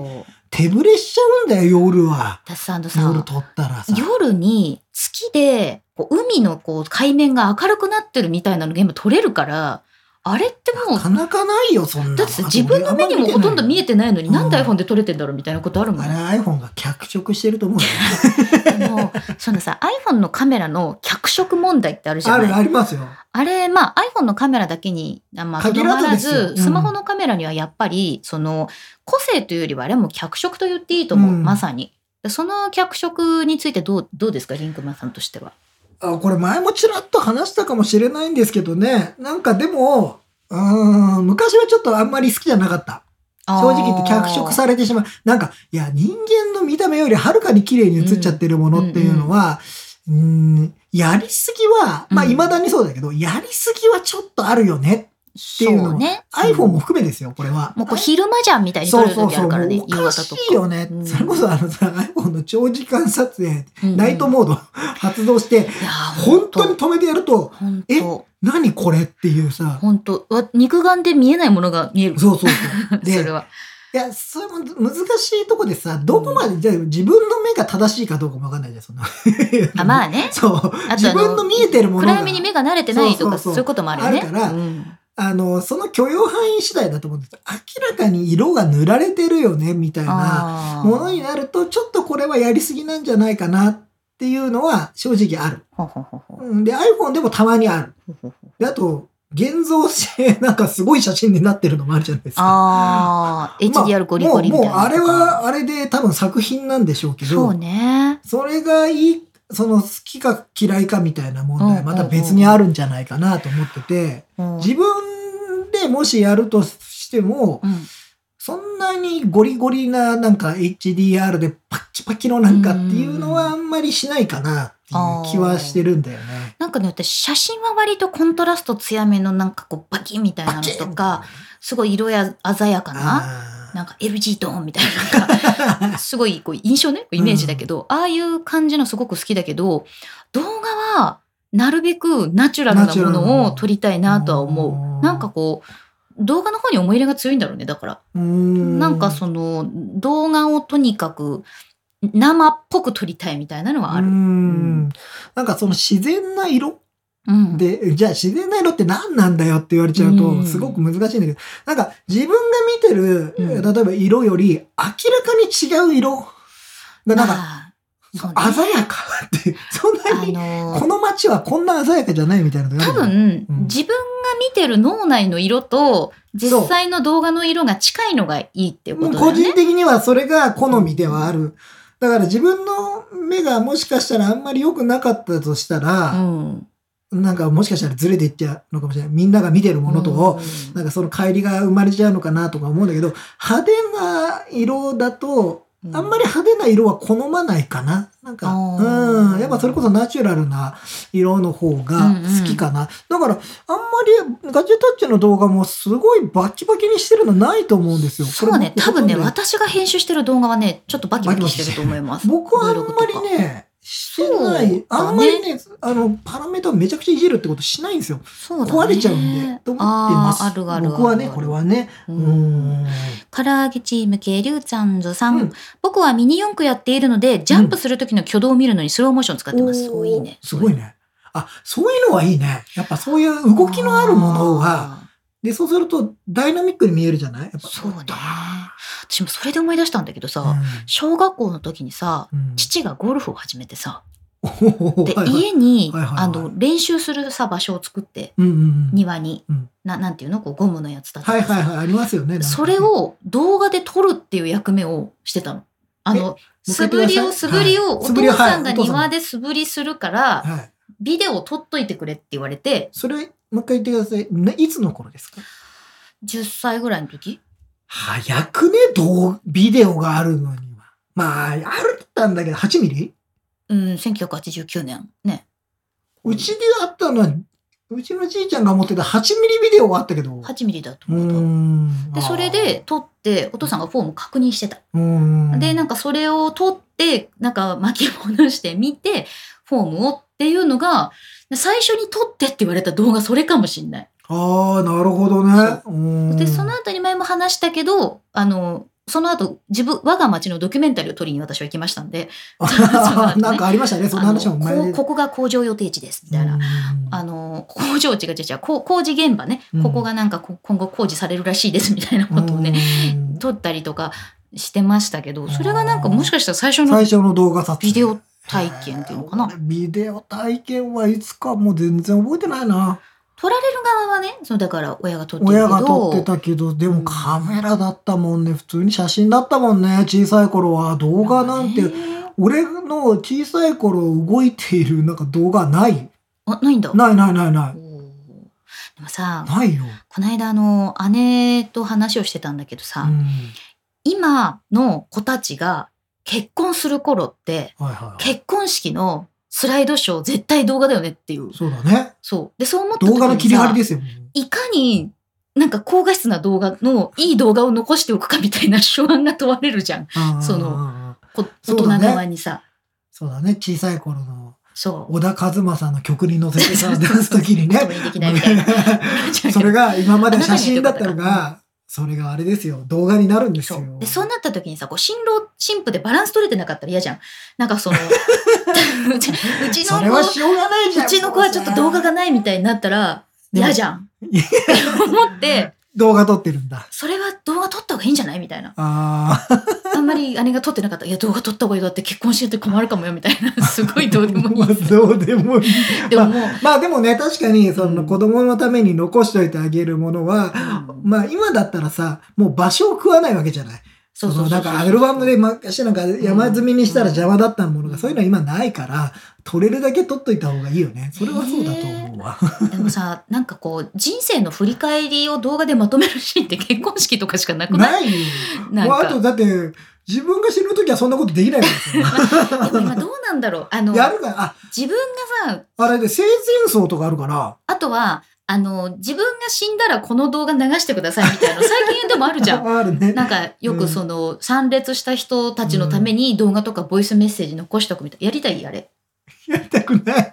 Speaker 2: 手ぶれしちゃうんだよ、夜は。
Speaker 1: 私さあの
Speaker 2: 夜
Speaker 1: さ
Speaker 2: 撮ったらさ。
Speaker 1: 夜に月でこう海のこう海面が明るくなってるみたいなのが今撮れるからあれっても
Speaker 2: なか
Speaker 1: う
Speaker 2: なかないよ、そんなの。
Speaker 1: だってさ自分の目にもほとんど見えてないのに
Speaker 2: うん
Speaker 1: なんで iPhone で撮れてんだろうみたいなことある
Speaker 2: *laughs*
Speaker 1: もん、
Speaker 2: あれ iPhone が脚色してると思
Speaker 1: *laughs*
Speaker 2: うよ。
Speaker 1: でもそのさ iPhone のカメラの脚色問題ってあるじゃ
Speaker 2: あ
Speaker 1: ない
Speaker 2: る、ありますよ。
Speaker 1: あれ、まあ、iPhone のカメラだけに、あまあ、と
Speaker 2: 限
Speaker 1: ど
Speaker 2: ら
Speaker 1: ま
Speaker 2: ず
Speaker 1: ら
Speaker 2: ですよ
Speaker 1: ず、
Speaker 2: うん
Speaker 1: スマホのカメラにはやっぱり、その、個性というよりは、あれはもう脚色と言っていいと思う、
Speaker 2: うん
Speaker 1: まさに。でその脚色についてどう、どうですか、リンクマンさんとしては。
Speaker 2: あこれ前もちらっと話したかもしれないんですけどね。なんかでも、うーん、昔はちょっとあんまり好きじゃなかった。正直言って脚色されてしまう。なんか、いや、人間の見た目よりはるかに綺麗に映っちゃってるものっていうのは、うーん、やりすぎは、まあ、
Speaker 1: うん
Speaker 2: 未だにそうだけど、やりすぎはちょっとあるよねていうの
Speaker 1: そう
Speaker 2: も、
Speaker 1: ね。
Speaker 2: iPhone も含めですよ、これは。
Speaker 1: もうこう昼間じゃんみたいに撮る時あるからね、
Speaker 2: もうおかしいよね。
Speaker 1: うん
Speaker 2: それこそあのさ、iPhone の長時間撮影、
Speaker 1: うん
Speaker 2: ナイトモード発動して、
Speaker 1: いやー
Speaker 2: 本当に止めてやると、
Speaker 1: 本
Speaker 2: え
Speaker 1: 当
Speaker 2: 何これっていうさ。
Speaker 1: 本当うわ肉眼で見えないものが見える。
Speaker 2: そうそうそう。で、
Speaker 1: *laughs* それは。
Speaker 2: いや、それも難しいとこでさ、どこまで、じゃあ自分の目が正しいかどうかもわかんないじゃん、そ
Speaker 1: *laughs*
Speaker 2: んな。
Speaker 1: あ、まあ
Speaker 2: *laughs*
Speaker 1: ね。
Speaker 2: そう。
Speaker 1: あと
Speaker 2: 自
Speaker 1: あの
Speaker 2: 分の見えてるもの
Speaker 1: 暗
Speaker 2: が。
Speaker 1: 闇に目が慣れてないとか、そう
Speaker 2: そそうそう
Speaker 1: ういうこともあるよね。
Speaker 2: あるから
Speaker 1: うん
Speaker 2: あの、その許容範囲次第だと思うんです明らかに色が塗られてるよね、みたいな
Speaker 1: あー
Speaker 2: ものになると、ちょっとこれはやりすぎなんじゃないかなっていうのは正直ある。
Speaker 1: ほうほうほうほう
Speaker 2: うんで、iPhone でもたまにある。
Speaker 1: ほうほうほう
Speaker 2: であと、現像して、 *laughs* なんかすごい写真になってるのもあるじゃないです
Speaker 1: *laughs*
Speaker 2: か。
Speaker 1: ああ、
Speaker 2: まあ
Speaker 1: HDR ゴリゴリみたいな。
Speaker 2: もう、もうあれは、あれで多分作品なんでしょうけど、
Speaker 1: そうね。
Speaker 2: それがいい、その好きか嫌いかみたいな問題はまた別にあるんじゃないかなと思ってて、
Speaker 1: うん
Speaker 2: 自分でもしやるとしても、
Speaker 1: うん
Speaker 2: そんなにゴリゴリななんか HDR でパッキパキのなんかっていうのはあんまりしないかなっていう気はしてるんだよね。
Speaker 1: なんかね、私、写真は割とコントラスト強めのなんかこうバキンみたいなのとか、すごい色や鮮やかな、
Speaker 2: あー
Speaker 1: なんか LG ドーンみたいな *laughs* なんか、すごいこう印象ね、イメージだけど、ああいう感じのすごく好きだけど、動画はなるべくナチュラルなものを撮りたいなとは思
Speaker 2: うん
Speaker 1: う。なんかこう、動画の方に思い入れが強いんだろうね、だから。
Speaker 2: うーん
Speaker 1: なんかその動画をとにかく生っぽく撮りたいみたいなのはあ
Speaker 2: うー
Speaker 1: る。
Speaker 2: んなんかその自然な色
Speaker 1: うん、
Speaker 2: で、じゃあ自然な色って何なんだよって言われちゃう
Speaker 1: う
Speaker 2: と、
Speaker 1: ん
Speaker 2: すごく難しいんだけど、なんか自分が見てる、
Speaker 1: うん
Speaker 2: 例えば色より、明らかに違う色が、なんか、
Speaker 1: あーそうね
Speaker 2: 鮮やかって、そんな
Speaker 1: あ
Speaker 2: に、
Speaker 1: のー
Speaker 2: この街はこんな鮮やかじゃないみたいなのがあ
Speaker 1: 多
Speaker 2: るよね。
Speaker 1: 分、
Speaker 2: うん
Speaker 1: 自分が見てる脳内の色と実際の動画の色が近いのがいいっていうことだ
Speaker 2: もう
Speaker 1: よ
Speaker 2: 個
Speaker 1: ね
Speaker 2: 人。的にはそれが好みではある。だから自分の目がもしかしたらあんまり良くなかったとした
Speaker 1: う
Speaker 2: ら、
Speaker 1: ん、
Speaker 2: なんかもしかしたらずれていっちゃうのかもしれない。みんなが見てるものと、
Speaker 1: うん
Speaker 2: なんかその帰りが生まれちゃうのかなとか思うんだけど、派手な色だと、あんまり派手な色は好まないかな。なんか、
Speaker 1: あー
Speaker 2: うん。やっぱそれこそナチュラルな色の方
Speaker 1: う
Speaker 2: が
Speaker 1: んうん
Speaker 2: 好きかな。だから、あんまりガジェタッチの動画もすごいバキバキにしてるのないと思うんですよ。
Speaker 1: そうね、
Speaker 2: これ
Speaker 1: 多分ね、
Speaker 2: ほとんど
Speaker 1: 私が編集してる動画はね、ちょっとバキバキしてると思います。
Speaker 2: 僕はあんまり
Speaker 1: ブログとか、
Speaker 2: ね、してな
Speaker 1: そうだ
Speaker 2: い
Speaker 1: ね。
Speaker 2: あんまりね、あの、パラメータをめちゃくちゃいじるってことしないんですよ。
Speaker 1: そうだね
Speaker 2: 壊れちゃうんで、と思ってます。
Speaker 1: あーあるあるある
Speaker 2: 僕はね、これはね、
Speaker 1: う
Speaker 2: うんん。
Speaker 1: 唐揚げチーム系りゅうちゃんずさん、
Speaker 2: うん
Speaker 1: 僕はミニ四駆やっているのでジャンプする時の挙動を見るのにスローモーション使ってます、
Speaker 2: お
Speaker 1: お
Speaker 2: ー
Speaker 1: いいね
Speaker 2: すごいね。あ、そういうのはいいね。やっぱそういう動きのあるものは、
Speaker 1: あ
Speaker 2: で、そうするとダイナミックに見えるじゃないやっぱ
Speaker 1: ーそうね
Speaker 2: ダ
Speaker 1: 私もそれで思い出したんだけどさ、
Speaker 2: ーン
Speaker 1: 小学校の時にさ
Speaker 2: うん
Speaker 1: 父がゴルフを始めてさ、
Speaker 2: うん
Speaker 1: で、
Speaker 2: はいはい
Speaker 1: 家に、
Speaker 2: はいはいはい
Speaker 1: あの練習するさ場所を作って
Speaker 2: うんうんうん
Speaker 1: 庭に、
Speaker 2: うん
Speaker 1: ななんていうのこうゴムのやつだった
Speaker 2: はい
Speaker 1: りさ
Speaker 2: はいはい、ありますよね。なんかね
Speaker 1: それ、を動画で撮るっていう役目をしてたの。あの
Speaker 2: え
Speaker 1: 素振りを素振りを、
Speaker 2: はい
Speaker 1: お
Speaker 2: 素振り
Speaker 1: 父
Speaker 2: をはい
Speaker 1: さんが
Speaker 2: お父さん
Speaker 1: 庭で素振りするから、
Speaker 2: はい。
Speaker 1: ビデオを撮っといてくれって言われて、
Speaker 2: それ、もう一回言ってください。ないつの頃ですか
Speaker 1: 10歳ぐらいの時
Speaker 2: 早くね、どう、ビデオがあるのには。まあ、あるったんだけど、8ミリ
Speaker 1: うん、1989年。ね。
Speaker 2: うちであったのは、うちのじいちゃんが持ってた8ミリビデオがあったけど。
Speaker 1: 8ミリだと
Speaker 2: う
Speaker 1: 思うと。
Speaker 2: ん
Speaker 1: で、それで、撮って、お父さんがフォーム確認してた。
Speaker 2: うん
Speaker 1: で、なんかそれを撮って、なんか巻き戻して見て、フォームをっていうのが、最初に撮ってって言われた動画それかもしんない。
Speaker 2: ああ、なるほどね。うん
Speaker 1: で、
Speaker 2: *laughs*
Speaker 1: その後に前も話したけど、あの、その後、自分、我が町のドキュメンタリーを撮りに私は行きましたんで、
Speaker 2: *laughs* あなんかありましたね、その
Speaker 1: あの
Speaker 2: 話も前
Speaker 1: こ
Speaker 2: で
Speaker 1: う。ここが工場予定地です、みたいな。あの
Speaker 2: の、
Speaker 1: 工場違う違う違う工工事現場ね、
Speaker 2: うん
Speaker 1: ここがなんかこ今後工事されるらしいですみたいなことをね、
Speaker 2: うん
Speaker 1: 撮ったりとかしてましたけどそれがなんかもしかしたら最初の
Speaker 2: 最初の動画撮影。
Speaker 1: ビデオ体験っていうのかな
Speaker 2: へー。ビデオ体験はいつかもう全然覚えてないな。
Speaker 1: 撮られる側はねそうだから親が撮ってるけど
Speaker 2: 親が撮ってたけど、でもカメラだったもんね。普通に写真だったもんね。小さい頃は動画なんて。
Speaker 1: ね
Speaker 2: 俺の小さい頃動いているなんか動画ない
Speaker 1: あないんだ
Speaker 2: ないないないな
Speaker 1: おー
Speaker 2: い。
Speaker 1: でもさ
Speaker 2: ないよ。
Speaker 1: この間あの姉と話をしてたんだけど
Speaker 2: う
Speaker 1: さ、
Speaker 2: ん
Speaker 1: 今の子たちが結婚する頃って
Speaker 2: はいはいはい。
Speaker 1: 結婚式のスライドショー絶対動画だよねっていう
Speaker 2: そうだね。
Speaker 1: そうでそう思った時に
Speaker 2: 動
Speaker 1: さ
Speaker 2: 画の切り張りですよ。
Speaker 1: いかになんか高画質な動画のいい動画を残しておくかみたいな手腕が問われるじゃん。そ
Speaker 2: の。
Speaker 1: こ
Speaker 2: そ
Speaker 1: 大
Speaker 2: うだ
Speaker 1: 人
Speaker 2: ね
Speaker 1: 側にさ。
Speaker 2: そうだね。小さい頃の
Speaker 1: そう。
Speaker 2: 小田和正の曲に乗せてさ、
Speaker 1: そう
Speaker 2: ダンス
Speaker 1: *laughs*
Speaker 2: 時にね
Speaker 1: そう。いう的なみたいな。
Speaker 2: *laughs* それが今まで写真だったの
Speaker 1: あなた
Speaker 2: が、それがあれですよ。動画になるんです
Speaker 1: そ
Speaker 2: よ
Speaker 1: う。でそうなった時にさこう新郎新婦でバランス取れてなかったら嫌じゃんなんか
Speaker 2: *laughs*
Speaker 1: そのうちうち
Speaker 2: そ
Speaker 1: の
Speaker 2: れ
Speaker 1: 子
Speaker 2: はしょうがないじゃん。
Speaker 1: うちの子はちょっと動画がないみたいになったら
Speaker 2: でも
Speaker 1: 嫌じゃんって思って
Speaker 2: 動画撮ってるんだ。
Speaker 1: それは動画撮った方がいいんじゃないみたいな
Speaker 2: あ
Speaker 1: あんまり姉が撮ってなかったらいや動画撮った方がいいよだって結婚してて困るかもよみたい
Speaker 2: *laughs*
Speaker 1: なすごい
Speaker 2: あ。
Speaker 1: どうでもい
Speaker 2: まあ
Speaker 1: い
Speaker 2: どうでもいい。
Speaker 1: でももう、
Speaker 2: まあでもね、確かに、その
Speaker 1: うん
Speaker 2: 子供のために残しておいてあげるものは、
Speaker 1: うん
Speaker 2: まあ今だったらさ、もう場所を食わないわけじゃない。
Speaker 1: そうそうそうそう
Speaker 2: なんかアルバムで昔なんか山積みにしたら邪魔だったものが、
Speaker 1: うん
Speaker 2: そういうのは今ないから、取れるだけ取っといた方がいいよね。それはそうだと思うわ。
Speaker 1: でもさなんかこう人生の振り返りを動画でまとめるシーンって結婚式とかしかなく *laughs* ない
Speaker 2: ないよ。
Speaker 1: なん
Speaker 2: もう
Speaker 1: か
Speaker 2: あとだって、自分が死ぬときはそんなことできないわけですよ。
Speaker 1: でも今どうなんだろうあの
Speaker 2: やるから、あ、
Speaker 1: 自分がさ
Speaker 2: あれで生前葬とかあるから、
Speaker 1: あとはあの自分が死んだらこの動画流してくださいみたいな最近でもあるじゃ
Speaker 2: *laughs*
Speaker 1: ん。
Speaker 2: あるね。
Speaker 1: なんかよくその、参列した人たちのために動画とかボイスメッセージ残しとくみたいやりたいあれ
Speaker 2: やりたく
Speaker 1: *laughs*
Speaker 2: ない。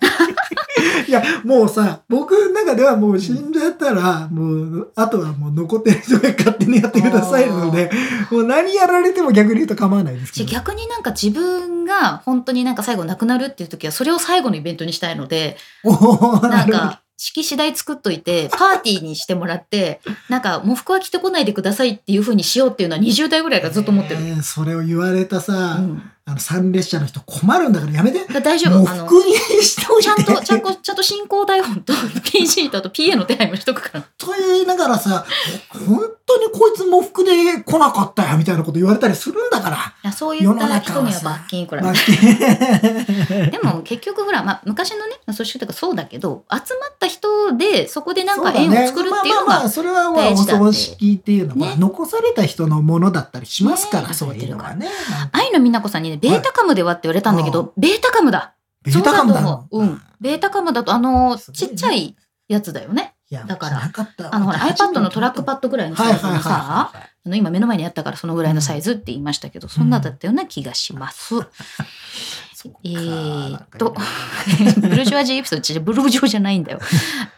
Speaker 2: いや、もうさ、僕の中ではもう死んじゃったら、もう、あとはもう残ってる人が勝手にやってくださいので、もう何やられても逆に言うと構わないですけ
Speaker 1: し
Speaker 2: ど。
Speaker 1: 逆になんか自分が本当になんか最後亡くなるっていう時はそれを最後のイベントにしたいの
Speaker 2: *laughs*
Speaker 1: で
Speaker 2: おー
Speaker 1: なん
Speaker 2: るほど
Speaker 1: か式次第作っといてパーティーにしてもら
Speaker 2: *laughs*
Speaker 1: ってなんか喪服は着てこないでくださいっていう風にしようっていうのは20代ぐらいからずっと思ってる。
Speaker 2: えーそれを言われたさ、
Speaker 1: うん、だ
Speaker 2: あの、参列者の人困るんだからやめて。
Speaker 1: から大丈
Speaker 2: もう
Speaker 1: 夫あの
Speaker 2: 福音しておい
Speaker 1: ちゃん
Speaker 2: て。
Speaker 1: *laughs* と、ちゃんと、ちゃんと進行台本と P シートと PA の手配もしとくから。
Speaker 2: と言いながらさ、本当にこいつ喪服で来なかったよ、みたいなこと言われたりするんだから。
Speaker 1: いやそういった人には罰金いくら。
Speaker 2: まあ
Speaker 1: でも結局ほら、まあ、昔のね、組織とかそうだけど、集まった人でそこで *laughs* なんか縁を作るっていうの
Speaker 2: そだねまあまあま
Speaker 1: が
Speaker 2: あ、、それはまあ
Speaker 1: 大
Speaker 2: お
Speaker 1: 事だって
Speaker 2: 葬式っていうのは、
Speaker 1: ね
Speaker 2: 残された人のものだったりしますから、
Speaker 1: ね
Speaker 2: そういうのはね。
Speaker 1: 愛の美奈子さんにね、ベータカムではって言われたんだけど、
Speaker 2: は
Speaker 1: ベータカムだ
Speaker 2: ベータカムだ
Speaker 1: そう
Speaker 2: の
Speaker 1: と思ううん。ベータカムだと、あの、
Speaker 2: すごい
Speaker 1: ち
Speaker 2: ね
Speaker 1: っちゃいやつだよね。
Speaker 2: いや
Speaker 1: だから
Speaker 2: 知なった
Speaker 1: あの、ほら、iPad のトラックパッドぐらいの
Speaker 2: は
Speaker 1: サ
Speaker 2: い
Speaker 1: イズ
Speaker 2: はいはい
Speaker 1: のさ、
Speaker 2: はい。
Speaker 1: あの今目の前にあったからそのぐらいのサイズって言いましたけど、そんなだったような気がします。
Speaker 2: そっか
Speaker 1: えーっと
Speaker 2: なん
Speaker 1: *laughs*
Speaker 2: か、
Speaker 1: ブルジョワジーエピソードじゃ、ブルジョワじゃないんだ
Speaker 2: *laughs*
Speaker 1: よ。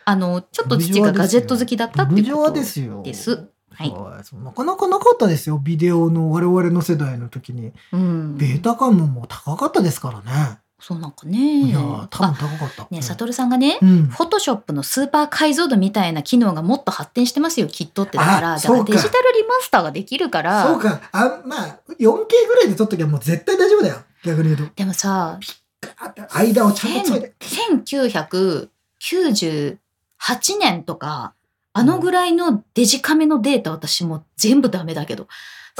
Speaker 1: あの、ちょっと父がガジェット好きだったって
Speaker 2: ブ
Speaker 1: い
Speaker 2: ル
Speaker 1: う
Speaker 2: ジョ
Speaker 1: こと
Speaker 2: ワですよ。
Speaker 1: です。はい。
Speaker 2: はいそうなかなかなかったですよ。ビデオの我々の世代の時に。
Speaker 1: うん
Speaker 2: ベ。ータカムも高かったですからね。
Speaker 1: そうなんかね。
Speaker 2: いやー、多分
Speaker 1: あ
Speaker 2: 高かった。
Speaker 1: ね、サトルさんがね
Speaker 2: う、ん。
Speaker 1: フォトショップのスーパー解像度みたいな機能がもっと発展してますよ、きっとって。だから、だ
Speaker 2: あ
Speaker 1: か
Speaker 2: そ
Speaker 1: ら
Speaker 2: うか
Speaker 1: デジタルリマスターができるから。
Speaker 2: そうか。あまあ、4K ぐらいで撮っときゃもう絶対大丈夫だよ。逆に言うと。
Speaker 1: でもさ、
Speaker 2: ガーって間をちゃんと詰めて。
Speaker 1: 1998年とか、あのぐらいのデジカメのデータ私もう全部ダメだけど。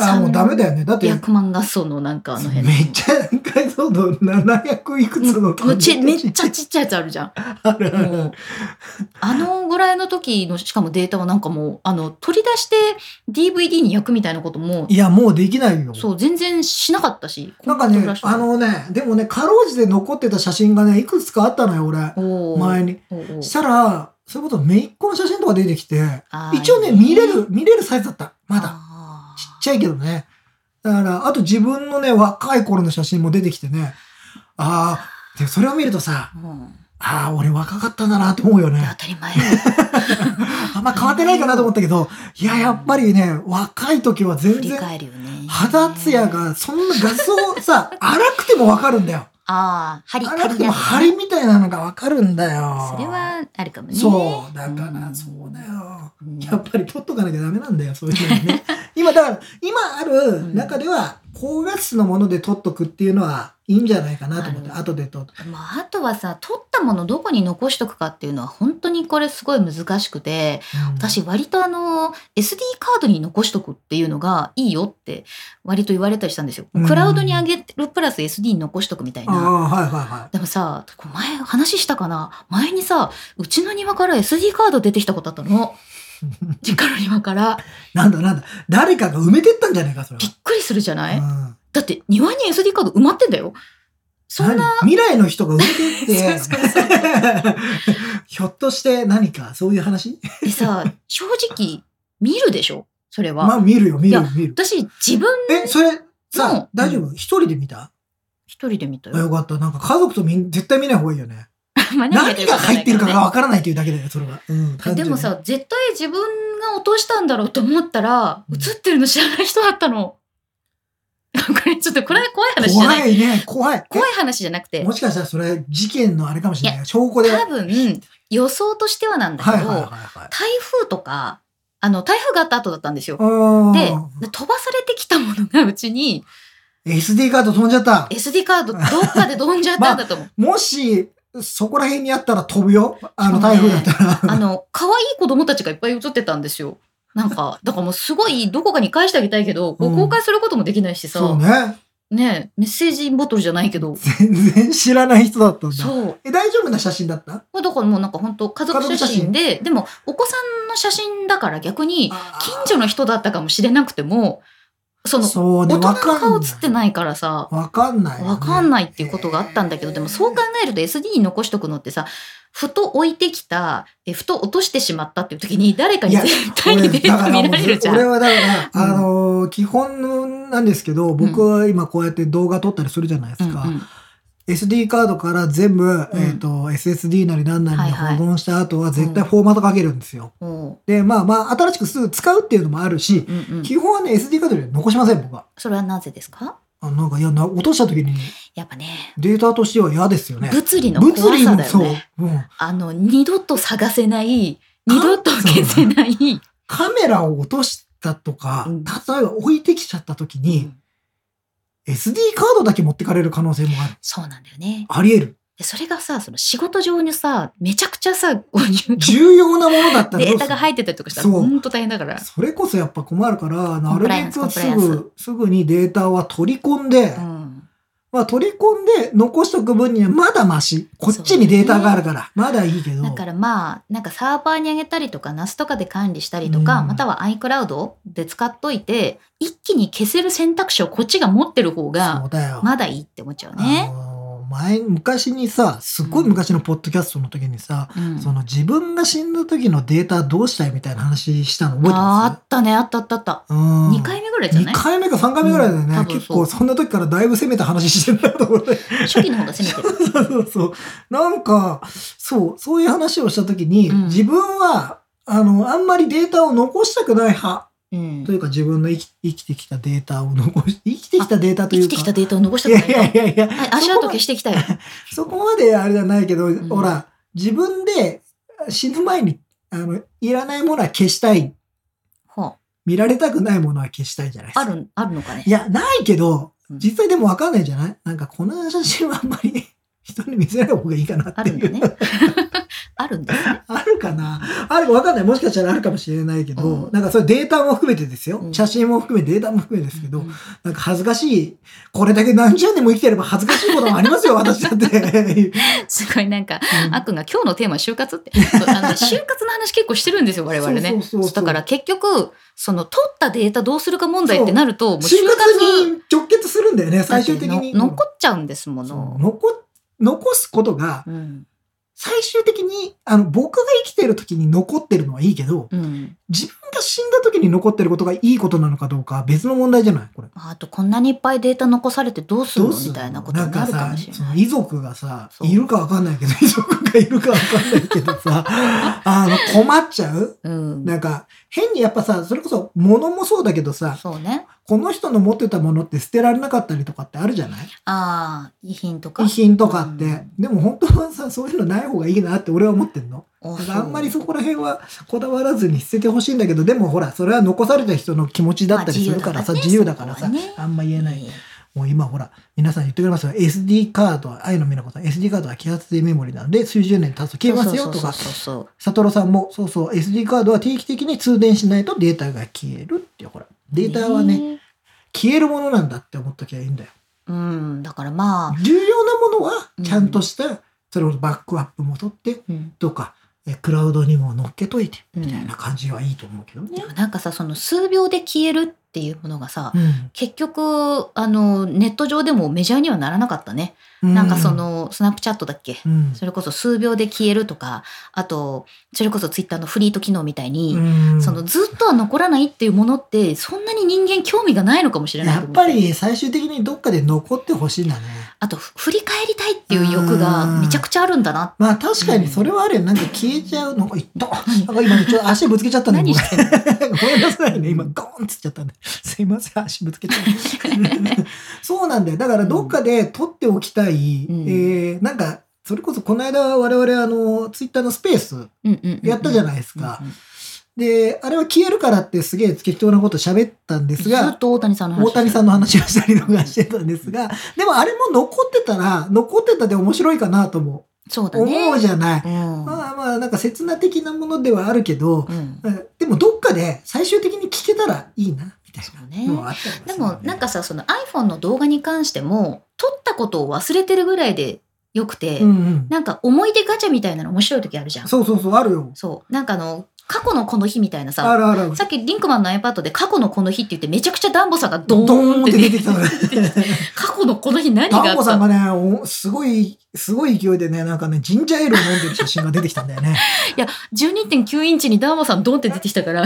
Speaker 2: あー、もうダメだよね。だって、
Speaker 1: 100万画素のなんかあの辺の
Speaker 2: めっちゃ解像度700いくつ
Speaker 1: も
Speaker 2: の
Speaker 1: うちめっち
Speaker 2: ゃ
Speaker 1: ゃちっちゃいやつあるじゃん。
Speaker 2: あるあ
Speaker 1: も
Speaker 2: る
Speaker 1: うあのぐらいの時のしかもデータはなんかもうあの取り出して DVD に焼くみたいなことも
Speaker 2: いや、もうできないよ。
Speaker 1: そう全然しなかったし。
Speaker 2: なんか
Speaker 1: コンパ
Speaker 2: ね
Speaker 1: ク、トフラ
Speaker 2: あ
Speaker 1: ッシュ
Speaker 2: のね、でもね、かろうじて残ってた写真がね、いくつかあったのよ、俺。
Speaker 1: おー
Speaker 2: 前に。
Speaker 1: おーおー
Speaker 2: したら、そういうこと、めいっ子の写真とか出てきて、
Speaker 1: あー
Speaker 2: 一応ね、見れる、見れるサイズだった。まだ。
Speaker 1: あ
Speaker 2: ちっちゃいけどね。だから、あと自分のね、若い頃の写真も出てきてね。ああ、で、それを見るとさ、
Speaker 1: ーうん
Speaker 2: ああ、俺若かったんだなって思うよね。
Speaker 1: *laughs* 当たり前振
Speaker 2: あんま変わってないかなと思ったけど、いや、やっぱりね、若い時は全
Speaker 1: り
Speaker 2: 然、
Speaker 1: 返るよね。
Speaker 2: 肌ツヤが、そんな画像さ、荒くてもわかるんだよ。
Speaker 1: ああ針
Speaker 2: 荒くても
Speaker 1: な
Speaker 2: 張りみたいなのがわかるんだよ。
Speaker 1: それはあるかもね。
Speaker 2: そう、だから、
Speaker 1: ん
Speaker 2: そうだよ。
Speaker 1: うん
Speaker 2: やっぱり取っとかなきゃダメなんだよ、そういうのね。 *laughs* 今、だから、今ある
Speaker 1: ん
Speaker 2: 中では、高画質のもので取っとくっていうのはいいんじゃないかなと思って、
Speaker 1: あの
Speaker 2: 後で取っと
Speaker 1: まあ、あとはさ取ったものどこに残しとくかっていうのは本当にこれすごい難しくて私割とあの SD カードに残しとくっていうのがいいよって割と言われたりしたんですよ。
Speaker 2: うん
Speaker 1: クラウドに上げるプラス SD に残しとくみたい
Speaker 2: あ
Speaker 1: な。
Speaker 2: あ、はいはいはい。
Speaker 1: でもさこう前話したかな前にさうちの庭から SD カード出てきたことあったの。実家の庭から
Speaker 2: なんだなんだ、誰かが埋めてったんじゃないか、それ
Speaker 1: びっくりするじゃない、
Speaker 2: は。うん
Speaker 1: だって庭に SD カード埋まってんだよ。そんな
Speaker 2: 何未来の人が売れてって
Speaker 1: *laughs* そうそうそ、
Speaker 2: *laughs* ひょっとして何かそういう話
Speaker 1: でさ正直見るでしょそれは。
Speaker 2: まあ見るよ、見るよ、見る。
Speaker 1: 私、自分
Speaker 2: え、それ、
Speaker 1: う
Speaker 2: さ
Speaker 1: ん、
Speaker 2: 大丈夫一人で見た
Speaker 1: 一人で見た
Speaker 2: あよ
Speaker 1: よ。
Speaker 2: かった。なんか家族とみん、絶対見ない方がいいよね。
Speaker 1: *laughs* まあ
Speaker 2: 何が入ってるかがわからないというだけだよ、それは。うん
Speaker 1: あでも、さ、絶対自分が落としたんだろうと思ったら、
Speaker 2: うん
Speaker 1: 映ってるの知らない人だったの。 *laughs* これちょっと、これ怖い
Speaker 2: 単
Speaker 1: 話
Speaker 2: 純
Speaker 1: じ
Speaker 2: に
Speaker 1: ゃない。
Speaker 2: 怖いね、怖い。
Speaker 1: 怖い話じゃなく
Speaker 2: え
Speaker 1: て
Speaker 2: も、しかしたらそれ、事件のあれかもしれない。証拠で。はい
Speaker 1: 多分、予想としてはなんだけ
Speaker 2: はい
Speaker 1: ど、
Speaker 2: はいはい。
Speaker 1: 台風とか、あの、台風があった後だったんですよ。
Speaker 2: あ
Speaker 1: で
Speaker 2: ー、
Speaker 1: 飛ばされてきたものがうちに、
Speaker 2: SD カード飛んじゃった。
Speaker 1: SD カードどっかで飛んじゃったんだと思う。
Speaker 2: もし、そこら辺にあったら飛ぶよ。あの、
Speaker 1: そう
Speaker 2: 台
Speaker 1: ね
Speaker 2: 風だったら。
Speaker 1: あの、可愛い子供たちがいっぱい映ってたんですよ。なん
Speaker 2: *laughs*
Speaker 1: か、だからもうすごい、どこかに返してあげたいけど、こ
Speaker 2: う
Speaker 1: うん公開することもできないしさ、
Speaker 2: そうね。
Speaker 1: ねえメッセージボトルじゃないけど、
Speaker 2: 全然知らない人だったんだ。
Speaker 1: そう。
Speaker 2: え、大丈夫な写真だった
Speaker 1: まあだからもうなんか本当家族写真で、でもお子さんの写真だから逆に、近所の人だったかもしれなくても、その、
Speaker 2: そうね、
Speaker 1: 大人
Speaker 2: わ
Speaker 1: の
Speaker 2: かん
Speaker 1: 顔写って
Speaker 2: な
Speaker 1: な
Speaker 2: い。
Speaker 1: いからさ、
Speaker 2: わかんないよね。
Speaker 1: わかんないっていうことがあったんだけど、
Speaker 2: へー
Speaker 1: でもそう考えると SD に残しとくのってさ、ふと置いてきた、えふと落としてしまったっていう時に誰かに
Speaker 2: いや
Speaker 1: 絶対にデータ見られるじゃ
Speaker 2: 俺
Speaker 1: ん。
Speaker 2: はだから、
Speaker 1: うん
Speaker 2: あのー基本なんですけど、僕は今こうやって動画撮ったりするじゃないで
Speaker 1: うん
Speaker 2: すか。
Speaker 1: うん
Speaker 2: SD カードから全部、えっ、と、SSD なりなんなり
Speaker 1: はい
Speaker 2: に
Speaker 1: はい
Speaker 2: 保存した後は絶対フォーマットかけるんですよ。
Speaker 1: おう
Speaker 2: で、まあまあ、新しくすぐ使うっていうのもあるし、
Speaker 1: うんうん
Speaker 2: 基本はね、SD カードで残しません、僕は。
Speaker 1: それはなぜですか
Speaker 2: あなんか、いや、な落とした時に
Speaker 1: やっぱね、
Speaker 2: データとしては嫌ですよね。
Speaker 1: 物理の怖
Speaker 2: 物理
Speaker 1: さ
Speaker 2: も
Speaker 1: だよ
Speaker 2: そう、
Speaker 1: ね。
Speaker 2: うん。
Speaker 1: あの、二度と探せない、二度と消せない。
Speaker 2: カメラを落としたとか、
Speaker 1: うん
Speaker 2: 例えば置いてきちゃった時
Speaker 1: う
Speaker 2: に、
Speaker 1: ん
Speaker 2: SD カードだけ持ってかれる可能性もある。
Speaker 1: そうなんだよね。
Speaker 2: あり得る。
Speaker 1: でそれがさ、その仕事上にさ、めちゃくちゃさ、こういう
Speaker 2: 重要なものだったらど
Speaker 1: デ
Speaker 2: う
Speaker 1: ー
Speaker 2: す
Speaker 1: タ
Speaker 2: る
Speaker 1: が入ってたりとかしたら、
Speaker 2: そう
Speaker 1: ほんと大変だから。
Speaker 2: それこそやっぱ困るから、
Speaker 1: コ
Speaker 2: な
Speaker 1: ンプ
Speaker 2: る
Speaker 1: ライア
Speaker 2: べ
Speaker 1: ンスコン
Speaker 2: く
Speaker 1: プライ
Speaker 2: す
Speaker 1: アンス
Speaker 2: ぐ、すぐにデータは取り込んで、
Speaker 1: うん
Speaker 2: まあ取り込んで残しとく分にはまだマシ。こっちにデータがあるから、まだいいけど。
Speaker 1: だからまあなんかサーバーにあげたりとか NAS とかで管理したりとか、
Speaker 2: うん
Speaker 1: または iCloud で使っといて一気に消せる選択肢をこっちが持ってる方
Speaker 2: そ
Speaker 1: が
Speaker 2: うだよ。
Speaker 1: まだいいって思っちゃうね
Speaker 2: あ。の前、昔にさ、すごい昔のポッドキャストの時にさ、
Speaker 1: うん
Speaker 2: その自分が死んだ時のデータどうしたいみたいな話したの覚えて
Speaker 1: ああ
Speaker 2: ま
Speaker 1: っ
Speaker 2: す
Speaker 1: たねあったあったあった、
Speaker 2: うん
Speaker 1: 2回目ぐらいじゃない
Speaker 2: 二回目か3回目ぐらいだよね、
Speaker 1: うん多分
Speaker 2: 結
Speaker 1: そう
Speaker 2: 構そんな時からだいぶ攻めた話してるなと思って
Speaker 1: 初期の方が攻めてる。
Speaker 2: *laughs* そうそうそうなんかそうそういう話をした時に、
Speaker 1: うん
Speaker 2: 自分はあのあんまりデータを残したくない派
Speaker 1: うん
Speaker 2: というか自分の生き生きてきたデータを残し生きてきたデータとい
Speaker 1: 生
Speaker 2: う
Speaker 1: きて
Speaker 2: か
Speaker 1: きたデータを残した
Speaker 2: い
Speaker 1: く
Speaker 2: や
Speaker 1: ない
Speaker 2: いやいやいや
Speaker 1: はい足跡消してきたよ。
Speaker 2: そこまであれじゃないけど、
Speaker 1: ん
Speaker 2: ほら自分で死ぬ前にあのいらないものは消したい
Speaker 1: ほう
Speaker 2: 見られたくないものは消したいじゃないですか
Speaker 1: あるあるのかね
Speaker 2: い。や、ないけど、
Speaker 1: うん
Speaker 2: 実際でもわかんないじゃないなんかこの写真はあんまり *laughs* 人に見せない方がいいかな
Speaker 1: あ
Speaker 2: って
Speaker 1: るん
Speaker 2: い
Speaker 1: だ
Speaker 2: *laughs* う。
Speaker 1: ね。あるんだね。
Speaker 2: あるかなあるわかんない。もしかしたらあるかもしれないけど、
Speaker 1: うん
Speaker 2: なんかそれデータも含めてですよ。
Speaker 1: うん
Speaker 2: 写真も含め、データも含めですけど、
Speaker 1: うん
Speaker 2: なんか恥ずかしい。これだけ何十年も生きてれば恥ずかしいこともありますよ、私だって。
Speaker 1: すごいなんか
Speaker 2: う
Speaker 1: *laughs*
Speaker 2: ん
Speaker 1: あっくんが今日のテーマ就活って、そうあのね就活の話結構してるんですよ、我々ね。
Speaker 2: そうそうそうそう
Speaker 1: だから結局、その取ったデータどうするか問題ってなると、もう
Speaker 2: 就活に直結するんだよね、最終的
Speaker 1: だって
Speaker 2: に。
Speaker 1: の残っちゃうんですも
Speaker 2: そう
Speaker 1: の。
Speaker 2: 残残すことが、
Speaker 1: うん。
Speaker 2: 最終的に、あの、僕が生きてる時に残ってるのはいいけど、
Speaker 1: うん。
Speaker 2: 自分が死んだ時に残ってることがいいことなのかどうかは別の問題じゃないこれ。
Speaker 1: あとこんなにいっぱいデータ残されてどうする
Speaker 2: ど
Speaker 1: の
Speaker 2: うす
Speaker 1: み
Speaker 2: る
Speaker 1: たいなこと
Speaker 2: な
Speaker 1: に
Speaker 2: ん
Speaker 1: な
Speaker 2: か
Speaker 1: るか
Speaker 2: さ
Speaker 1: もしれ、
Speaker 2: その
Speaker 1: ない。
Speaker 2: 遺族がさ、
Speaker 1: そう
Speaker 2: いるかわかんないけど、 *laughs* 遺族がいるかわかんないけど
Speaker 1: *laughs*
Speaker 2: さ、あの、困っちゃう
Speaker 1: うん。
Speaker 2: なんか、変にやっぱさ、それこそ物もそうだけどさ、
Speaker 1: そうね。
Speaker 2: この人の持ってたものって捨てられなかったりとかってあるじゃない
Speaker 1: ああ、遺品とか。
Speaker 2: 遺品とかって。
Speaker 1: うん
Speaker 2: でも本当はさ、そういうのない方がいいなって俺は思ってんの。
Speaker 1: あ
Speaker 2: だからあんまりそこら辺はこだわらずに捨ててほしいんだけど、でもほら、それは残された人の気持ちだったりするから
Speaker 1: まあ
Speaker 2: さ、自
Speaker 1: 自由
Speaker 2: 由
Speaker 1: だ
Speaker 2: だ
Speaker 1: か
Speaker 2: からら
Speaker 1: ね
Speaker 2: さ、
Speaker 1: そこはね
Speaker 2: あんま言えない。
Speaker 1: え
Speaker 2: もう今ほら、皆さん言ってくれますよ。SD カードは、愛の目のことは SD カードは揮発性メモリなので、数十年経つと
Speaker 1: え
Speaker 2: 消えますよとか、
Speaker 1: そうそう
Speaker 2: サトロさんも、そうそう、SD カードは定期的に通電しないとデータが消えるって、ほら。データはね、。消えるものなんだって思っときゃいいんだよ。
Speaker 1: うん。だからまあ、
Speaker 2: 重要なものは、ちゃんとした、それをバックアップも取って、
Speaker 1: うん。
Speaker 2: とか、えクラウドにも乗っけといて、
Speaker 1: うん
Speaker 2: みたいな感じはいいと思うけどね。
Speaker 1: なんかさその数秒で消えるっっていうものがさ、
Speaker 2: うん
Speaker 1: 結局あのネット上でもメジャーにはならなかったね、なんかそ、のスナップチャットだっけ、
Speaker 2: うん
Speaker 1: それこそ数秒で消えるとかあとそれこそツイッターのフリート機能みたいに、
Speaker 2: うん
Speaker 1: そのずっとは残らないっていうものってそんなに人間興味がないのかもしれない
Speaker 2: や
Speaker 1: と
Speaker 2: っ
Speaker 1: 思
Speaker 2: ぱり最終的にどっかで残ってほしいんだね。
Speaker 1: あとふ振り返りたいっていう欲がめちゃくちゃあるんだな
Speaker 2: まあ確かにそれはあるよ。なんか消えちゃうの。なんかいった。なんか今ねちょっと足ぶつけちゃったね。
Speaker 1: 何してんの
Speaker 2: ごめん *laughs* なさいね。今、ドーンっつっちゃったね。すいません、足ぶつけち
Speaker 1: *laughs*
Speaker 2: ゃった。そうなんだよ。だから、どっかで取っておき
Speaker 1: う
Speaker 2: たい。
Speaker 1: ん
Speaker 2: えーなんか、それこそこの間、我々、あの、ツイッターのスペース
Speaker 1: うんうんうんうん
Speaker 2: やったじゃないですか。で、あれは消えるからってすげえ適当なこと喋ったんです
Speaker 1: ずっ
Speaker 2: が、
Speaker 1: と大谷さんの話
Speaker 2: 大谷さんの話をしたりとかしてたんですが、でもあれも残ってたら、残ってたで面白いかなとも
Speaker 1: そうだね
Speaker 2: 思うじゃない。
Speaker 1: うん
Speaker 2: まあまあ、なんか刹那的なものではあるけど、
Speaker 1: うん
Speaker 2: うんでもどっかで最終的に聞けたらいいなみたい
Speaker 1: そう
Speaker 2: な
Speaker 1: ね
Speaker 2: のはあったり
Speaker 1: です
Speaker 2: るよ
Speaker 1: もなんかさその iPhone の動画に関しても撮ったことを忘れてるぐらいでよくて、
Speaker 2: うんうん
Speaker 1: なんか思い出ガチャみたいなの面白い時あるじゃん。
Speaker 2: そうそうそうあるよ
Speaker 1: そうなんかあの過去のこの日みたいな
Speaker 2: あ
Speaker 1: さ
Speaker 2: るあるある
Speaker 1: さっきリンクマンの iPad で過去のこの日って言ってめちゃくちゃダンボさんがド
Speaker 2: ド
Speaker 1: ー
Speaker 2: ー
Speaker 1: ンっ
Speaker 2: ンってて
Speaker 1: 出
Speaker 2: 出
Speaker 1: て
Speaker 2: て
Speaker 1: き
Speaker 2: き
Speaker 1: た
Speaker 2: たの
Speaker 1: 過去のこの日何があ
Speaker 2: タン
Speaker 1: っ
Speaker 2: ボさん
Speaker 1: た
Speaker 2: がねおすごいすごい勢いでねなんかねジンジャーエールを飲んでる写真が出てきたんだよね
Speaker 1: 12.9インチにダンボさんドンって出てきた
Speaker 2: *laughs*
Speaker 1: から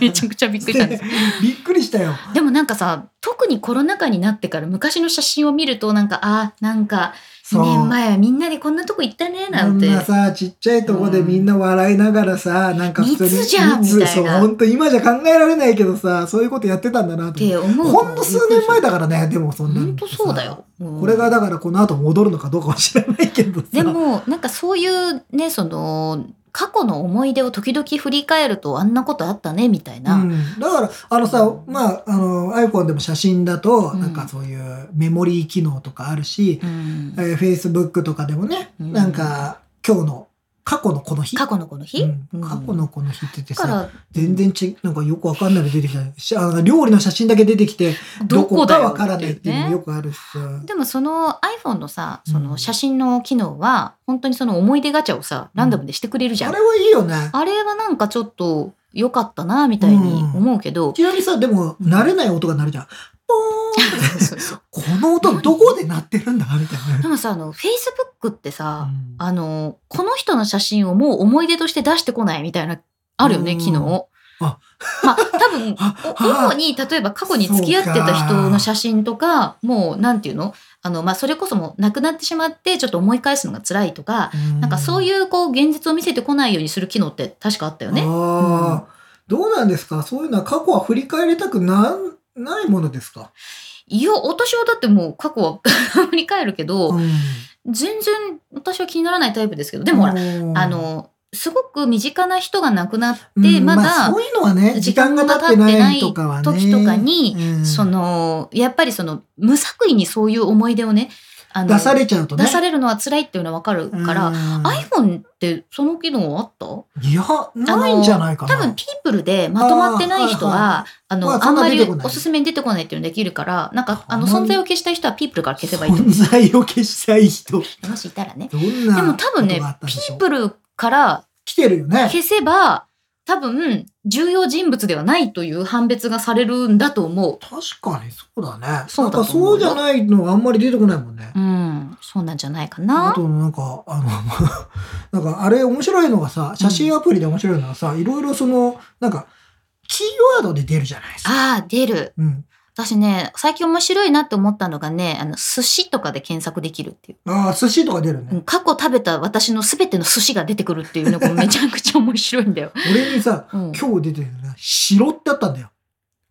Speaker 1: めちゃくちゃびっくりしたんです
Speaker 2: びっくりしたよ
Speaker 1: でもなんかさ特にコロナ禍になってから昔の写真を見るとなんかあーなんか2年前はみんなでこんなとこ行ったねな
Speaker 2: こ
Speaker 1: ん
Speaker 2: ん
Speaker 1: て
Speaker 2: なさちっちゃいとこでみんな笑いながらさ、なんか普通に
Speaker 1: 密じゃん
Speaker 2: 密
Speaker 1: みたいな
Speaker 2: そう本当今じゃ考えられないけどさそういうことやってたんだな
Speaker 1: っ
Speaker 2: と思って
Speaker 1: て思うと
Speaker 2: ほんの数年前だからねでもそんな
Speaker 1: ほ
Speaker 2: の
Speaker 1: んとそうだよ、うん
Speaker 2: これがだからこの後戻るのかどうかは知らないけどさ。
Speaker 1: でもなんかそういうねその過去の思い出を時々振り返るとあんなことあったねみたいな、
Speaker 2: うん、だからあのさ、まあ、あの iPhone でも写真だと
Speaker 1: うん
Speaker 2: なんかそういうメモリー機能とかあるし、
Speaker 1: うん
Speaker 2: えー Facebook とかでもね、
Speaker 1: うん
Speaker 2: なんか今日の過去のこの日
Speaker 1: 過去のこの日、
Speaker 2: うん過去のこの日って言って
Speaker 1: だか
Speaker 2: さ
Speaker 1: ら
Speaker 2: 全然ちなんかよくわかんないの出てきたしあの料理の写真だけ出てきてど
Speaker 1: ど
Speaker 2: こ
Speaker 1: こ
Speaker 2: か
Speaker 1: だよ
Speaker 2: わからないっていうのも
Speaker 1: ね
Speaker 2: よくあるしさ。
Speaker 1: でもその iPhone のさそうの
Speaker 2: ん
Speaker 1: 写真の機能は本当にその思い出ガチャをさランダムでしてくれるじゃ
Speaker 2: あ
Speaker 1: ん、
Speaker 2: れはいいよね。
Speaker 1: あれはなんかちょっと良かったなみたいに思うけど、
Speaker 2: ちなみにさでも慣れない音が鳴るじゃん。ポーンって
Speaker 1: そうそう
Speaker 2: この音どこで鳴ってるんだみたい
Speaker 1: *laughs* で
Speaker 2: な。
Speaker 1: もさあの Facebook ってさ、
Speaker 2: うん
Speaker 1: あのこの人の写真をもう思い出として出してこないみたいなあるよね
Speaker 2: うん
Speaker 1: 機能。
Speaker 2: あ
Speaker 1: まあ多分
Speaker 2: *laughs* あ
Speaker 1: 主に例えば過去に付き合ってた人の写真とかもうなんていうのあの、まあ、それこそもう亡くなってしまってちょっと思い返すのが辛いとか、なんかそう
Speaker 2: う
Speaker 1: いうこう現実を見せてこないようにする機能って確かあったよね。
Speaker 2: あーどうなんですかそういうのは過去は振り返りたくなんないものですか、
Speaker 1: いや私はだってもう過去は *laughs* 振り返るけど、
Speaker 2: うん
Speaker 1: 全然私は気にならないタイプですけどでもほら、あ、のすごく身近な人が亡くなって、
Speaker 2: うん
Speaker 1: ま
Speaker 2: あ
Speaker 1: だ
Speaker 2: そういうのはね時間が経ってないとかはね
Speaker 1: 時とかに、
Speaker 2: うん
Speaker 1: そのやっぱりその無作為にそういう思い出をねあの
Speaker 2: 出されちゃうとね
Speaker 1: 出されるのは辛いっていうのは分かるから、
Speaker 2: うん
Speaker 1: iPhone ってその機能あった
Speaker 2: いやないんじゃないかな
Speaker 1: 多分ピープルでまとまってない人はあ,、の、
Speaker 2: まあ
Speaker 1: あんま
Speaker 2: そんな出
Speaker 1: り
Speaker 2: てこない
Speaker 1: おすすめに出てこないっていうのできるからなんかあの
Speaker 2: あんまり
Speaker 1: 存在を消したい人はピープルから消せばいいと思
Speaker 2: *laughs* 存在を消したい人
Speaker 1: うもしいたらね
Speaker 2: どんな
Speaker 1: でも多分ね
Speaker 2: ことがあったん
Speaker 1: ピ
Speaker 2: でしょ
Speaker 1: ー
Speaker 2: う
Speaker 1: プルから
Speaker 2: 来てるよね
Speaker 1: 消せば多分重要人物ではないという判別がされるんだと思う。
Speaker 2: 確かにそうだね
Speaker 1: そう
Speaker 2: なん
Speaker 1: だと思
Speaker 2: かそう
Speaker 1: よ
Speaker 2: うじゃないのがあんまり出てこないもんね、
Speaker 1: うん、そうなんじゃないか
Speaker 2: あ
Speaker 1: な。
Speaker 2: となんか、あの、 *laughs* なんかあれ面白いのがさ、写真アプリで面白いのはさ、いろいろその、なんか、キーワードで出るじゃないですか。
Speaker 1: ああ、出る。
Speaker 2: うん。
Speaker 1: 私ね、最近面白いなって思ったのがね、あの、寿司とかで検索できるっていう。
Speaker 2: ああ、寿司とか出るね。
Speaker 1: うん過去食べた私の全ての寿司が出てくるっていう
Speaker 2: *laughs*
Speaker 1: ね、これめちゃくちゃ面白いんだよ。
Speaker 2: 俺にさ、
Speaker 1: うん、
Speaker 2: 今日出てるのが、白ってあったんだよ。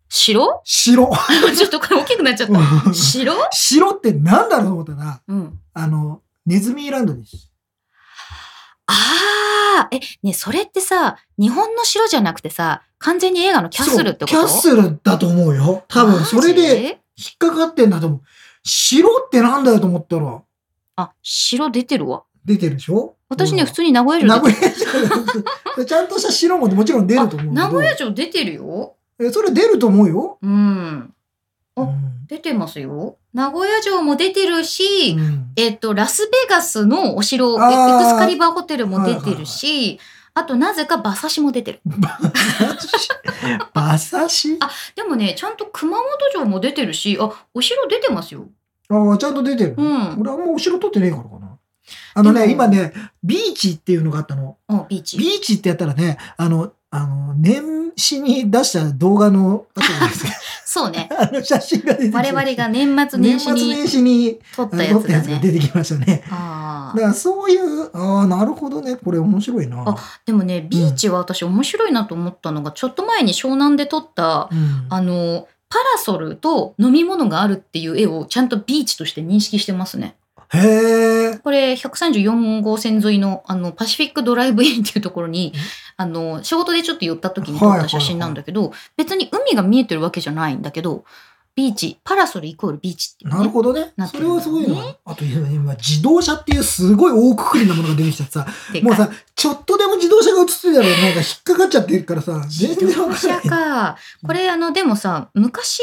Speaker 1: 白 *laughs*
Speaker 2: 白。
Speaker 1: ちょっとこれ大きくなっちゃった。白
Speaker 2: 白ってなんだろうと思ったら、
Speaker 1: うん。
Speaker 2: あの、ネズミーランドです。
Speaker 1: ああ、え、ね、それってさ、日本の白じゃなくてさ、完全に映画のキャッスルってこと
Speaker 2: そうキャッスルだと思うよ。多分、それ
Speaker 1: マ
Speaker 2: で
Speaker 1: ジ
Speaker 2: 引っかかってんだと思う。白ってなんだよと思ったら、
Speaker 1: あ、白出てるわ。
Speaker 2: 出てるでしょ
Speaker 1: 私ね、
Speaker 2: うん
Speaker 1: 普通に名古屋城
Speaker 2: 名
Speaker 1: 出て
Speaker 2: 古
Speaker 1: る。
Speaker 2: 屋城 *laughs* ちゃんとした白ももちろん出ると思うけど
Speaker 1: あ名古屋城出てるよ。
Speaker 2: えそれ出ると思うよ、
Speaker 1: うん。あ
Speaker 2: うん
Speaker 1: 出てますよ。名古屋城も出てるし、
Speaker 2: うん
Speaker 1: えっと、ラスベガスのお城、エ
Speaker 2: あー
Speaker 1: クスカリバーホテルも出てるし、ああと、なぜか馬刺しも出てる。
Speaker 2: 馬刺し馬刺しあ
Speaker 1: でもね、ちゃんと熊本城も出てるし、あ、お城出てますよ。
Speaker 2: あ、ちゃんと出てるね。
Speaker 1: うん
Speaker 2: 俺あんまお城取ってねえからかな。あの
Speaker 1: で
Speaker 2: ね、
Speaker 1: も
Speaker 2: 今ね、ビーチっていうのがあったの。
Speaker 1: お、ビーチ。
Speaker 2: ビーチってやったらね、あの、あの、年始に出した動
Speaker 1: *laughs*
Speaker 2: 画の、あったじゃないですか
Speaker 1: そうね。
Speaker 2: あの写真が出てきて
Speaker 1: 我々が年末
Speaker 2: 年
Speaker 1: 年始
Speaker 2: 末
Speaker 1: に
Speaker 2: 年始に
Speaker 1: 撮ったや
Speaker 2: 撮っ
Speaker 1: つ
Speaker 2: たや
Speaker 1: だ
Speaker 2: つが
Speaker 1: ね。
Speaker 2: 出てきました *laughs* ね。
Speaker 1: あ
Speaker 2: だか
Speaker 1: あ。
Speaker 2: らそういう、ああ、なるほどね。これ面白いな。
Speaker 1: あでもね、ビーチは私面白いなと思ったのが、ちょっと前に湘南で撮った、
Speaker 2: うん
Speaker 1: あの、パラソルと飲み物があるっていう絵をちゃんとビーチとして認識してますね。
Speaker 2: へえ。
Speaker 1: これ134号線沿いのあのパシフィックドライブインっていうところに
Speaker 2: うん
Speaker 1: あの仕事でちょっと寄った時に撮った写真なんだけど、別に海が見えてるわけじゃないんだけどビーチパラソルイコールビーチっていうね
Speaker 2: なるほどね
Speaker 1: な。って
Speaker 2: そ
Speaker 1: る
Speaker 2: れはすごい
Speaker 1: ね
Speaker 2: な。あと今、自動車っていうすごい大くくりなものが出てきちゃってさ、
Speaker 1: でかい
Speaker 2: もうさ、ちょっとでも自動車が映ってたらなんか引っかかっちゃってるからさ、全
Speaker 1: 自
Speaker 2: 然わ
Speaker 1: 動
Speaker 2: かん
Speaker 1: 車
Speaker 2: な
Speaker 1: *laughs*
Speaker 2: い。
Speaker 1: かこれあのでもさ昔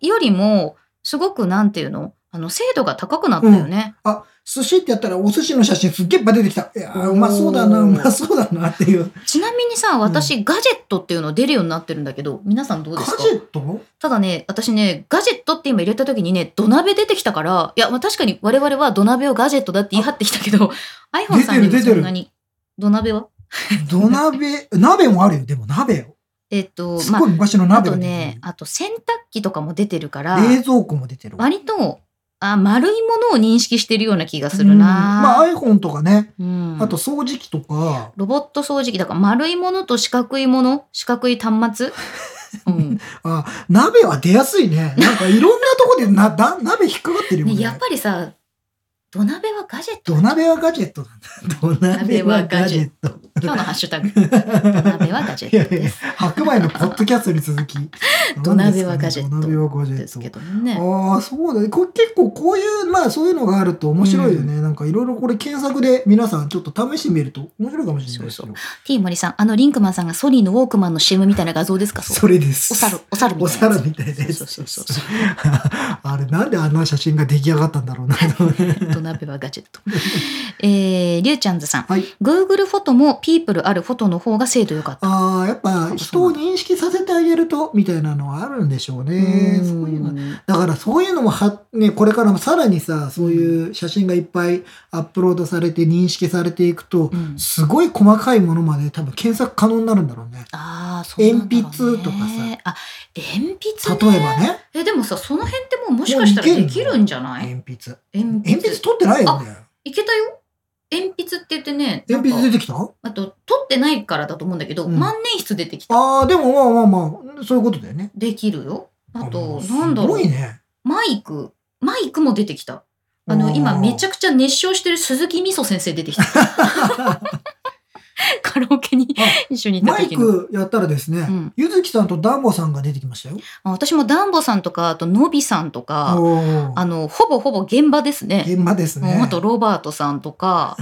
Speaker 1: よりもすごくなんていうのあの精度が高くなったよね、
Speaker 2: あ、寿司ってやったらお寿司の写真すっげえいっぱい出てきた。いやー、
Speaker 1: おー
Speaker 2: うまそうだな、うまそうだなっていう。
Speaker 1: ちなみにさ私、ガジェットっていうの出るようになってるんだけど皆さんどう
Speaker 2: ガ
Speaker 1: で
Speaker 2: ジ
Speaker 1: すか
Speaker 2: ェット
Speaker 1: ただね、私ね、ガジェットって今入れた時にね、土鍋出てきたから、いや、まあ、確かに我々は土鍋をガジェットだって言い張ってきたけど、iPhone さんに
Speaker 2: 出て
Speaker 1: も
Speaker 2: る出てる
Speaker 1: そんなに、土鍋は
Speaker 2: 土鍋、 *laughs* 鍋もあるよ、でも鍋よ。
Speaker 1: えっと、
Speaker 2: す
Speaker 1: ま
Speaker 2: ごい昔の
Speaker 1: あ、あと
Speaker 2: 鍋が出て
Speaker 1: ね、
Speaker 2: く
Speaker 1: あと洗濯機とかも出てるから、
Speaker 2: る。冷蔵庫も出てる。
Speaker 1: 割と、あ、丸いものを認識してるような気がす
Speaker 2: う
Speaker 1: る
Speaker 2: ん
Speaker 1: な
Speaker 2: まあ iPhone とかね、
Speaker 1: うん
Speaker 2: あと掃除機とか、
Speaker 1: ロボット掃除機だから丸いものと四角いもの四角い端
Speaker 2: *laughs*
Speaker 1: 末うん、
Speaker 2: あ、鍋は出やすいね。なんかいろんなとこでな、 *laughs* だ鍋引っかかってるよね。
Speaker 1: ね、やっぱりさ土鍋はガジェット
Speaker 2: 土鍋はガジェットなんだ。土鍋はガジェット。
Speaker 1: 今日のハッシュタグ土鍋はガジェ
Speaker 2: いや
Speaker 1: ット
Speaker 2: い
Speaker 1: で
Speaker 2: や、
Speaker 1: す
Speaker 2: 白米のポッドキャストに続き。
Speaker 1: *laughs* 土鍋はガジェット
Speaker 2: 土鍋はガジェ
Speaker 1: ですけ
Speaker 2: ット。
Speaker 1: どもね。
Speaker 2: ああ、そうだね。こ結構こういう、まあそういうのがあると面白いよね。なんかいろいろこれ検索で皆さんちょっと試してみると面白いかもしれないですよ。
Speaker 1: そう T 森さん、あのリンクマンさんがソニーのウォークマンの CM みたいな画像ですかそう
Speaker 2: それです。
Speaker 1: お猿、お猿み
Speaker 2: お
Speaker 1: たいなやつ。
Speaker 2: 猿みたいなやつ
Speaker 1: そうそうそうそう。
Speaker 2: *laughs* あれ、なんであんな写真が出来上がったんだろうなと。
Speaker 1: 土鍋はガジェット。えー、リュウチャンズさん。
Speaker 2: はい。
Speaker 1: Google フォトもピープルあるフォトの方が精度良かった。
Speaker 2: ああ、やっぱ人を認識させてあげると、みたいなのはあるんでしょうね。
Speaker 1: ん
Speaker 2: そういうのだからそういうのもは、ね、これからもさらにさ、そういう写真がいっぱいアップロードされて認識されていくと
Speaker 1: う、ん
Speaker 2: すごい細かいものまで多分検索可能になるんだろうね。
Speaker 1: ああ、そうなんだろうね。
Speaker 2: 鉛筆とかさ
Speaker 1: あ、鉛筆、ね、
Speaker 2: 例えばね、
Speaker 1: え、でもさ、その辺ってもうもしかしたら
Speaker 2: もういけ
Speaker 1: で
Speaker 2: る
Speaker 1: きるんじゃない
Speaker 2: 鉛筆。
Speaker 1: 鉛筆。
Speaker 2: 鉛筆取ってないよね。
Speaker 1: いけたよ。鉛筆って言ってね、なんか
Speaker 2: 鉛筆出てきた
Speaker 1: あと、取ってないからだと思うんだけど、
Speaker 2: うん
Speaker 1: 万年筆出てきた。
Speaker 2: ああ、でもまあまあまあ、そういうことだよね。
Speaker 1: できるよ。あと、
Speaker 2: す
Speaker 1: なんだろ
Speaker 2: ご
Speaker 1: う、
Speaker 2: い
Speaker 1: *laughs*
Speaker 2: ね。
Speaker 1: マイク。マイクも出てきた。あの、今めち
Speaker 2: ゃ
Speaker 1: ゃくちゃ熱唱してる鈴木みそ先生出
Speaker 2: *laughs*
Speaker 1: てきた。カラオケに
Speaker 2: あ
Speaker 1: 一緒に行っ
Speaker 2: マ
Speaker 1: た
Speaker 2: イ
Speaker 1: 時の。
Speaker 2: クやったらですね
Speaker 1: うん、
Speaker 2: ゆずきさんとダンボさんが出てきましたよ。
Speaker 1: あ私もダンボさんとか、あとのびさんとか、
Speaker 2: おー
Speaker 1: あの、ほぼほぼ現場ですね。
Speaker 2: 現場ですね。
Speaker 1: あとロバートさんとか、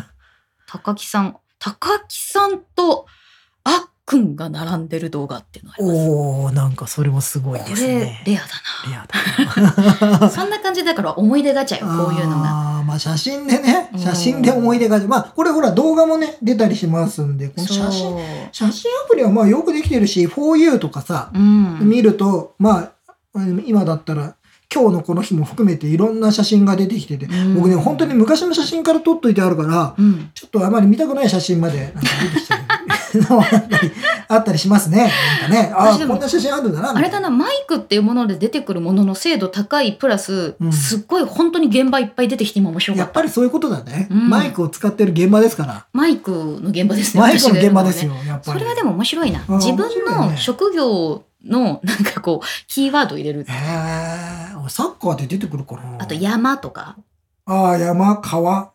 Speaker 1: 高木さん。高木さんとあっくんが並んでる動画っていうのがあります。
Speaker 2: おおなんかそれもすごい
Speaker 1: こ
Speaker 2: です
Speaker 1: れ
Speaker 2: ね、。
Speaker 1: レアだ
Speaker 2: レアだな
Speaker 1: な。 *laughs* そんな感じだから思い出ガチャよ、こういうのが。
Speaker 2: あーまあ写真でね
Speaker 1: うん
Speaker 2: 写真で思い出がまあこれほら動画もね出たりしますんでこの写真
Speaker 1: 真
Speaker 2: 写真アプリはまあよくできてるし「4U」とかさ、
Speaker 1: うん。
Speaker 2: 見るとまあうん今だったら今日のこの日も含めていろんな写真が出てきてて、
Speaker 1: うん
Speaker 2: 僕ね本当に昔の写真から撮っといてあるから
Speaker 1: うん。
Speaker 2: ちょっとあまり見たくない写真までなんか出てきちゃうのもあったり *laughs* あったりしますねなんかねあ
Speaker 1: 私で
Speaker 2: ー
Speaker 1: も
Speaker 2: こんな写真あるんだ
Speaker 1: あ
Speaker 2: なみた
Speaker 1: れ
Speaker 2: い
Speaker 1: だ
Speaker 2: な
Speaker 1: な、マイクっていうもので出てくるものの精度高いプラス、
Speaker 2: うん
Speaker 1: すっごい本当に現場いっぱい出てきて今面白か
Speaker 2: や
Speaker 1: っ。
Speaker 2: ったぱりそういうことだね、
Speaker 1: うん
Speaker 2: マイクを使ってる現場ですから
Speaker 1: マイクの現場ですね。
Speaker 2: マイク
Speaker 1: 私
Speaker 2: の
Speaker 1: がや
Speaker 2: 現
Speaker 1: る
Speaker 2: 場
Speaker 1: は
Speaker 2: で
Speaker 1: ね
Speaker 2: すよやっぱ
Speaker 1: そ
Speaker 2: り
Speaker 1: れはでも面白いな。
Speaker 2: うん
Speaker 1: 自分
Speaker 2: 面白い
Speaker 1: の
Speaker 2: ね
Speaker 1: 職業のなんかこう、キーワードを入れる
Speaker 2: え。えー、サッカーで出てくるかな
Speaker 1: あと山とか。 *laughs*
Speaker 2: ああ山川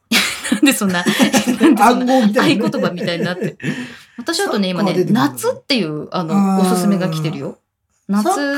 Speaker 1: なんで
Speaker 2: *laughs*
Speaker 1: そんな、なんでそ
Speaker 2: 暗
Speaker 1: んな
Speaker 2: 号みた
Speaker 1: 合
Speaker 2: い
Speaker 1: 言
Speaker 2: な、
Speaker 1: 葉みたいになって。私あとね、今
Speaker 2: サッカー出
Speaker 1: ね、
Speaker 2: てくる
Speaker 1: 夏っていう、あ
Speaker 2: あ
Speaker 1: の、お
Speaker 2: ー
Speaker 1: すすめが来てるよ。
Speaker 2: *laughs* サッカ
Speaker 1: 夏。
Speaker 2: ー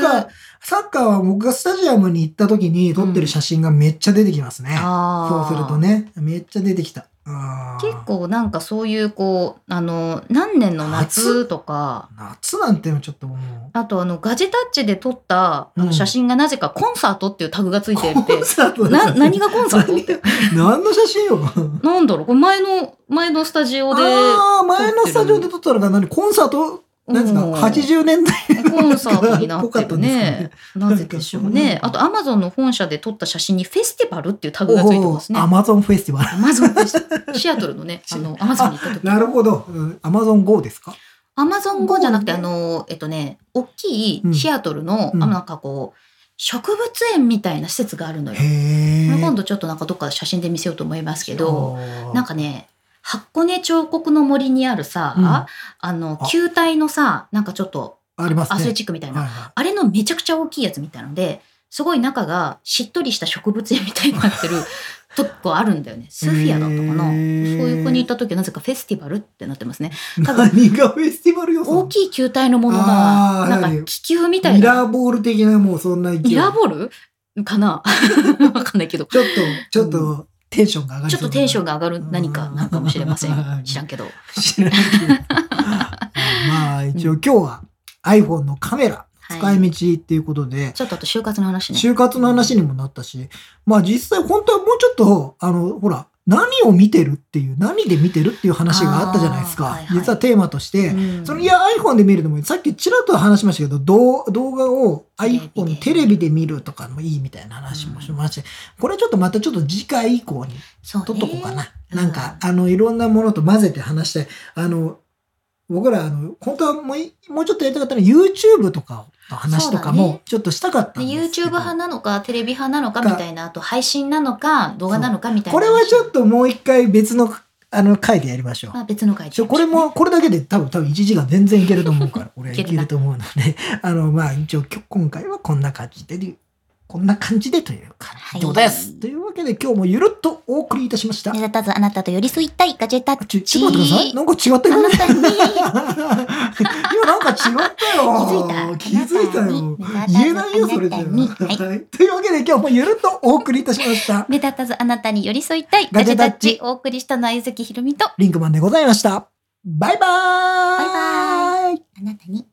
Speaker 2: サッカーは僕がスタジアムに行った時に撮ってる写真がめっちゃ出てきますね、
Speaker 1: あ
Speaker 2: そうするとねめっちゃ出てきたあー
Speaker 1: 結構なんかそういうこうあの何年の夏とか
Speaker 2: 夏なんてのちょっとも
Speaker 1: あとあのガジェタッチで撮ったあ
Speaker 2: う
Speaker 1: の
Speaker 2: ん
Speaker 1: 写真がなぜかコンサートっていうタグがつ
Speaker 2: う
Speaker 1: いて
Speaker 2: コン *laughs*
Speaker 1: て、
Speaker 2: サート
Speaker 1: な何
Speaker 2: が
Speaker 1: がコンサートって
Speaker 2: 何の写真よ
Speaker 1: なんだろうこれ前の前のスタジオで
Speaker 2: ああ前のスタジオで撮ったのが何コンサートなんですか
Speaker 1: うん
Speaker 2: ?80 年代
Speaker 1: コンサートになってるね。
Speaker 2: かね
Speaker 1: なぜでしょう
Speaker 2: なん
Speaker 1: ね。
Speaker 2: か
Speaker 1: あと、アマゾンの本社で撮った写真にフェスティバルっていうタグがついて
Speaker 2: おお
Speaker 1: ますね。
Speaker 2: ア
Speaker 1: ア
Speaker 2: マゾンフェスティバル。
Speaker 1: マゾンで
Speaker 2: *laughs*
Speaker 1: した。シアトルのね、あの、アマゾンに行った時。
Speaker 2: なるほど。うんアマゾン GO ですか
Speaker 1: アマゾン GO じゃなくて、
Speaker 2: う
Speaker 1: あ
Speaker 2: ん
Speaker 1: の、えっとね、大き
Speaker 2: うん
Speaker 1: いシアトルの、
Speaker 2: うん
Speaker 1: あのなんかこう、植物園みたいな施設があるのよ
Speaker 2: へ。え。
Speaker 1: 今度ちょっとなんかどっか写真で見せようと思いますけど、
Speaker 2: あー
Speaker 1: なんかね、箱根彫刻の森にあるさ、
Speaker 2: うん
Speaker 1: あの
Speaker 2: あ、
Speaker 1: 球体のさ、なんかちょっと
Speaker 2: ありますね。
Speaker 1: アスレチックみたいな
Speaker 2: はいはい
Speaker 1: あれのめちゃくちゃ大きいやつみたいなので、すごい中がしっとりした植物園みたいにな
Speaker 2: *laughs*
Speaker 1: ってるとこあるんだよね。スフィアだったかな。
Speaker 2: へ
Speaker 1: そう
Speaker 2: ー
Speaker 1: いう子に行った時はなぜかフェスティバルってなってますね。多分
Speaker 2: 何がフェスティバル予
Speaker 1: 大
Speaker 2: 想
Speaker 1: きい球体のものが、
Speaker 2: あー
Speaker 1: なん
Speaker 2: 何
Speaker 1: か気球みたい
Speaker 2: ミラ
Speaker 1: な。
Speaker 2: ーボール的なもうそんな勢い。
Speaker 1: ミラー
Speaker 2: ール
Speaker 1: ボールかな *laughs* わかんないけど。ち
Speaker 2: ちょっと、ちょっとテンションが上がり
Speaker 1: ょっとテンション
Speaker 2: が。
Speaker 1: が上がる何かなのかもしれませ
Speaker 2: うん *laughs*
Speaker 1: ん。知らんけど。
Speaker 2: 知らないけど *laughs* まあ一応今日は iPhone のカメラ
Speaker 1: は
Speaker 2: 使
Speaker 1: い。
Speaker 2: い道っていうことで、
Speaker 1: ちょっとあと就活の話ね。
Speaker 2: 就活の話にもなったし、まあ実際本当はもうちょっと、あの、ほら、何を見てるっていう、何で見てるっていう話があったじゃないですか。
Speaker 1: あーはいはい
Speaker 2: 実はテーマとして、
Speaker 1: うん
Speaker 2: そのいや iPhone で見るのもさっきちらっと話しましたけど動動画を iPhone テ
Speaker 1: テレビで
Speaker 2: レビで見るとかもいいみたいな話もしまして、これちょっとまたちょっと次回以降に
Speaker 1: そうね
Speaker 2: 撮っとこうかな。
Speaker 1: うん
Speaker 2: なんか、あの、いろんなものと混ぜて話したい。あの、僕ら、あの、本当はもうい、もうちょっとやりたかったのは YouTube とかの話とか
Speaker 1: そうだ
Speaker 2: も
Speaker 1: ね、
Speaker 2: ちょっとしたかった
Speaker 1: で
Speaker 2: んですけ
Speaker 1: YouTube
Speaker 2: ど。
Speaker 1: 派なのかテレビ派なのかみたいなあと配信なのか動画なのかみたいな
Speaker 2: これはちょ
Speaker 1: と、
Speaker 2: っともう一回別の、あの、回でやりましょう。
Speaker 1: まあ、別の回
Speaker 2: ちょこれも、これだけで多分、多分1時間全然いけると思うから、俺はい
Speaker 1: け
Speaker 2: け
Speaker 1: るな
Speaker 2: ると思うので、あの、まあ、一応、きょ今回はこんな感じで、こんな感じでという感じでございます。
Speaker 1: はい
Speaker 2: というわけで、今日もゆるっとお送りいたしました。
Speaker 1: 目立たずあなたと寄り添いたいガジェタッ
Speaker 2: ちょ、
Speaker 1: チ
Speaker 2: ちょっと待ってください。なんか違ったよね。
Speaker 1: あなたに
Speaker 2: *laughs* 今なんか違ったよ。
Speaker 1: 気づいた
Speaker 2: 気づいたよ。
Speaker 1: あなたに
Speaker 2: 言えないよ、それじゃ。
Speaker 1: あなたには
Speaker 2: はい。というわけで、今日もゆるっとお送りいたしました。
Speaker 1: 目立たずあなたに寄り添いたい
Speaker 2: ガ
Speaker 1: ガ
Speaker 2: ジ
Speaker 1: ジ
Speaker 2: ェ
Speaker 1: ェ
Speaker 2: タ
Speaker 1: タ
Speaker 2: ッ
Speaker 1: ッ
Speaker 2: チ
Speaker 1: チお送りしたのはゆずきひろみとあ
Speaker 2: リンクマンでございました。バ
Speaker 1: バイ
Speaker 2: イバーイ
Speaker 1: バーイなたに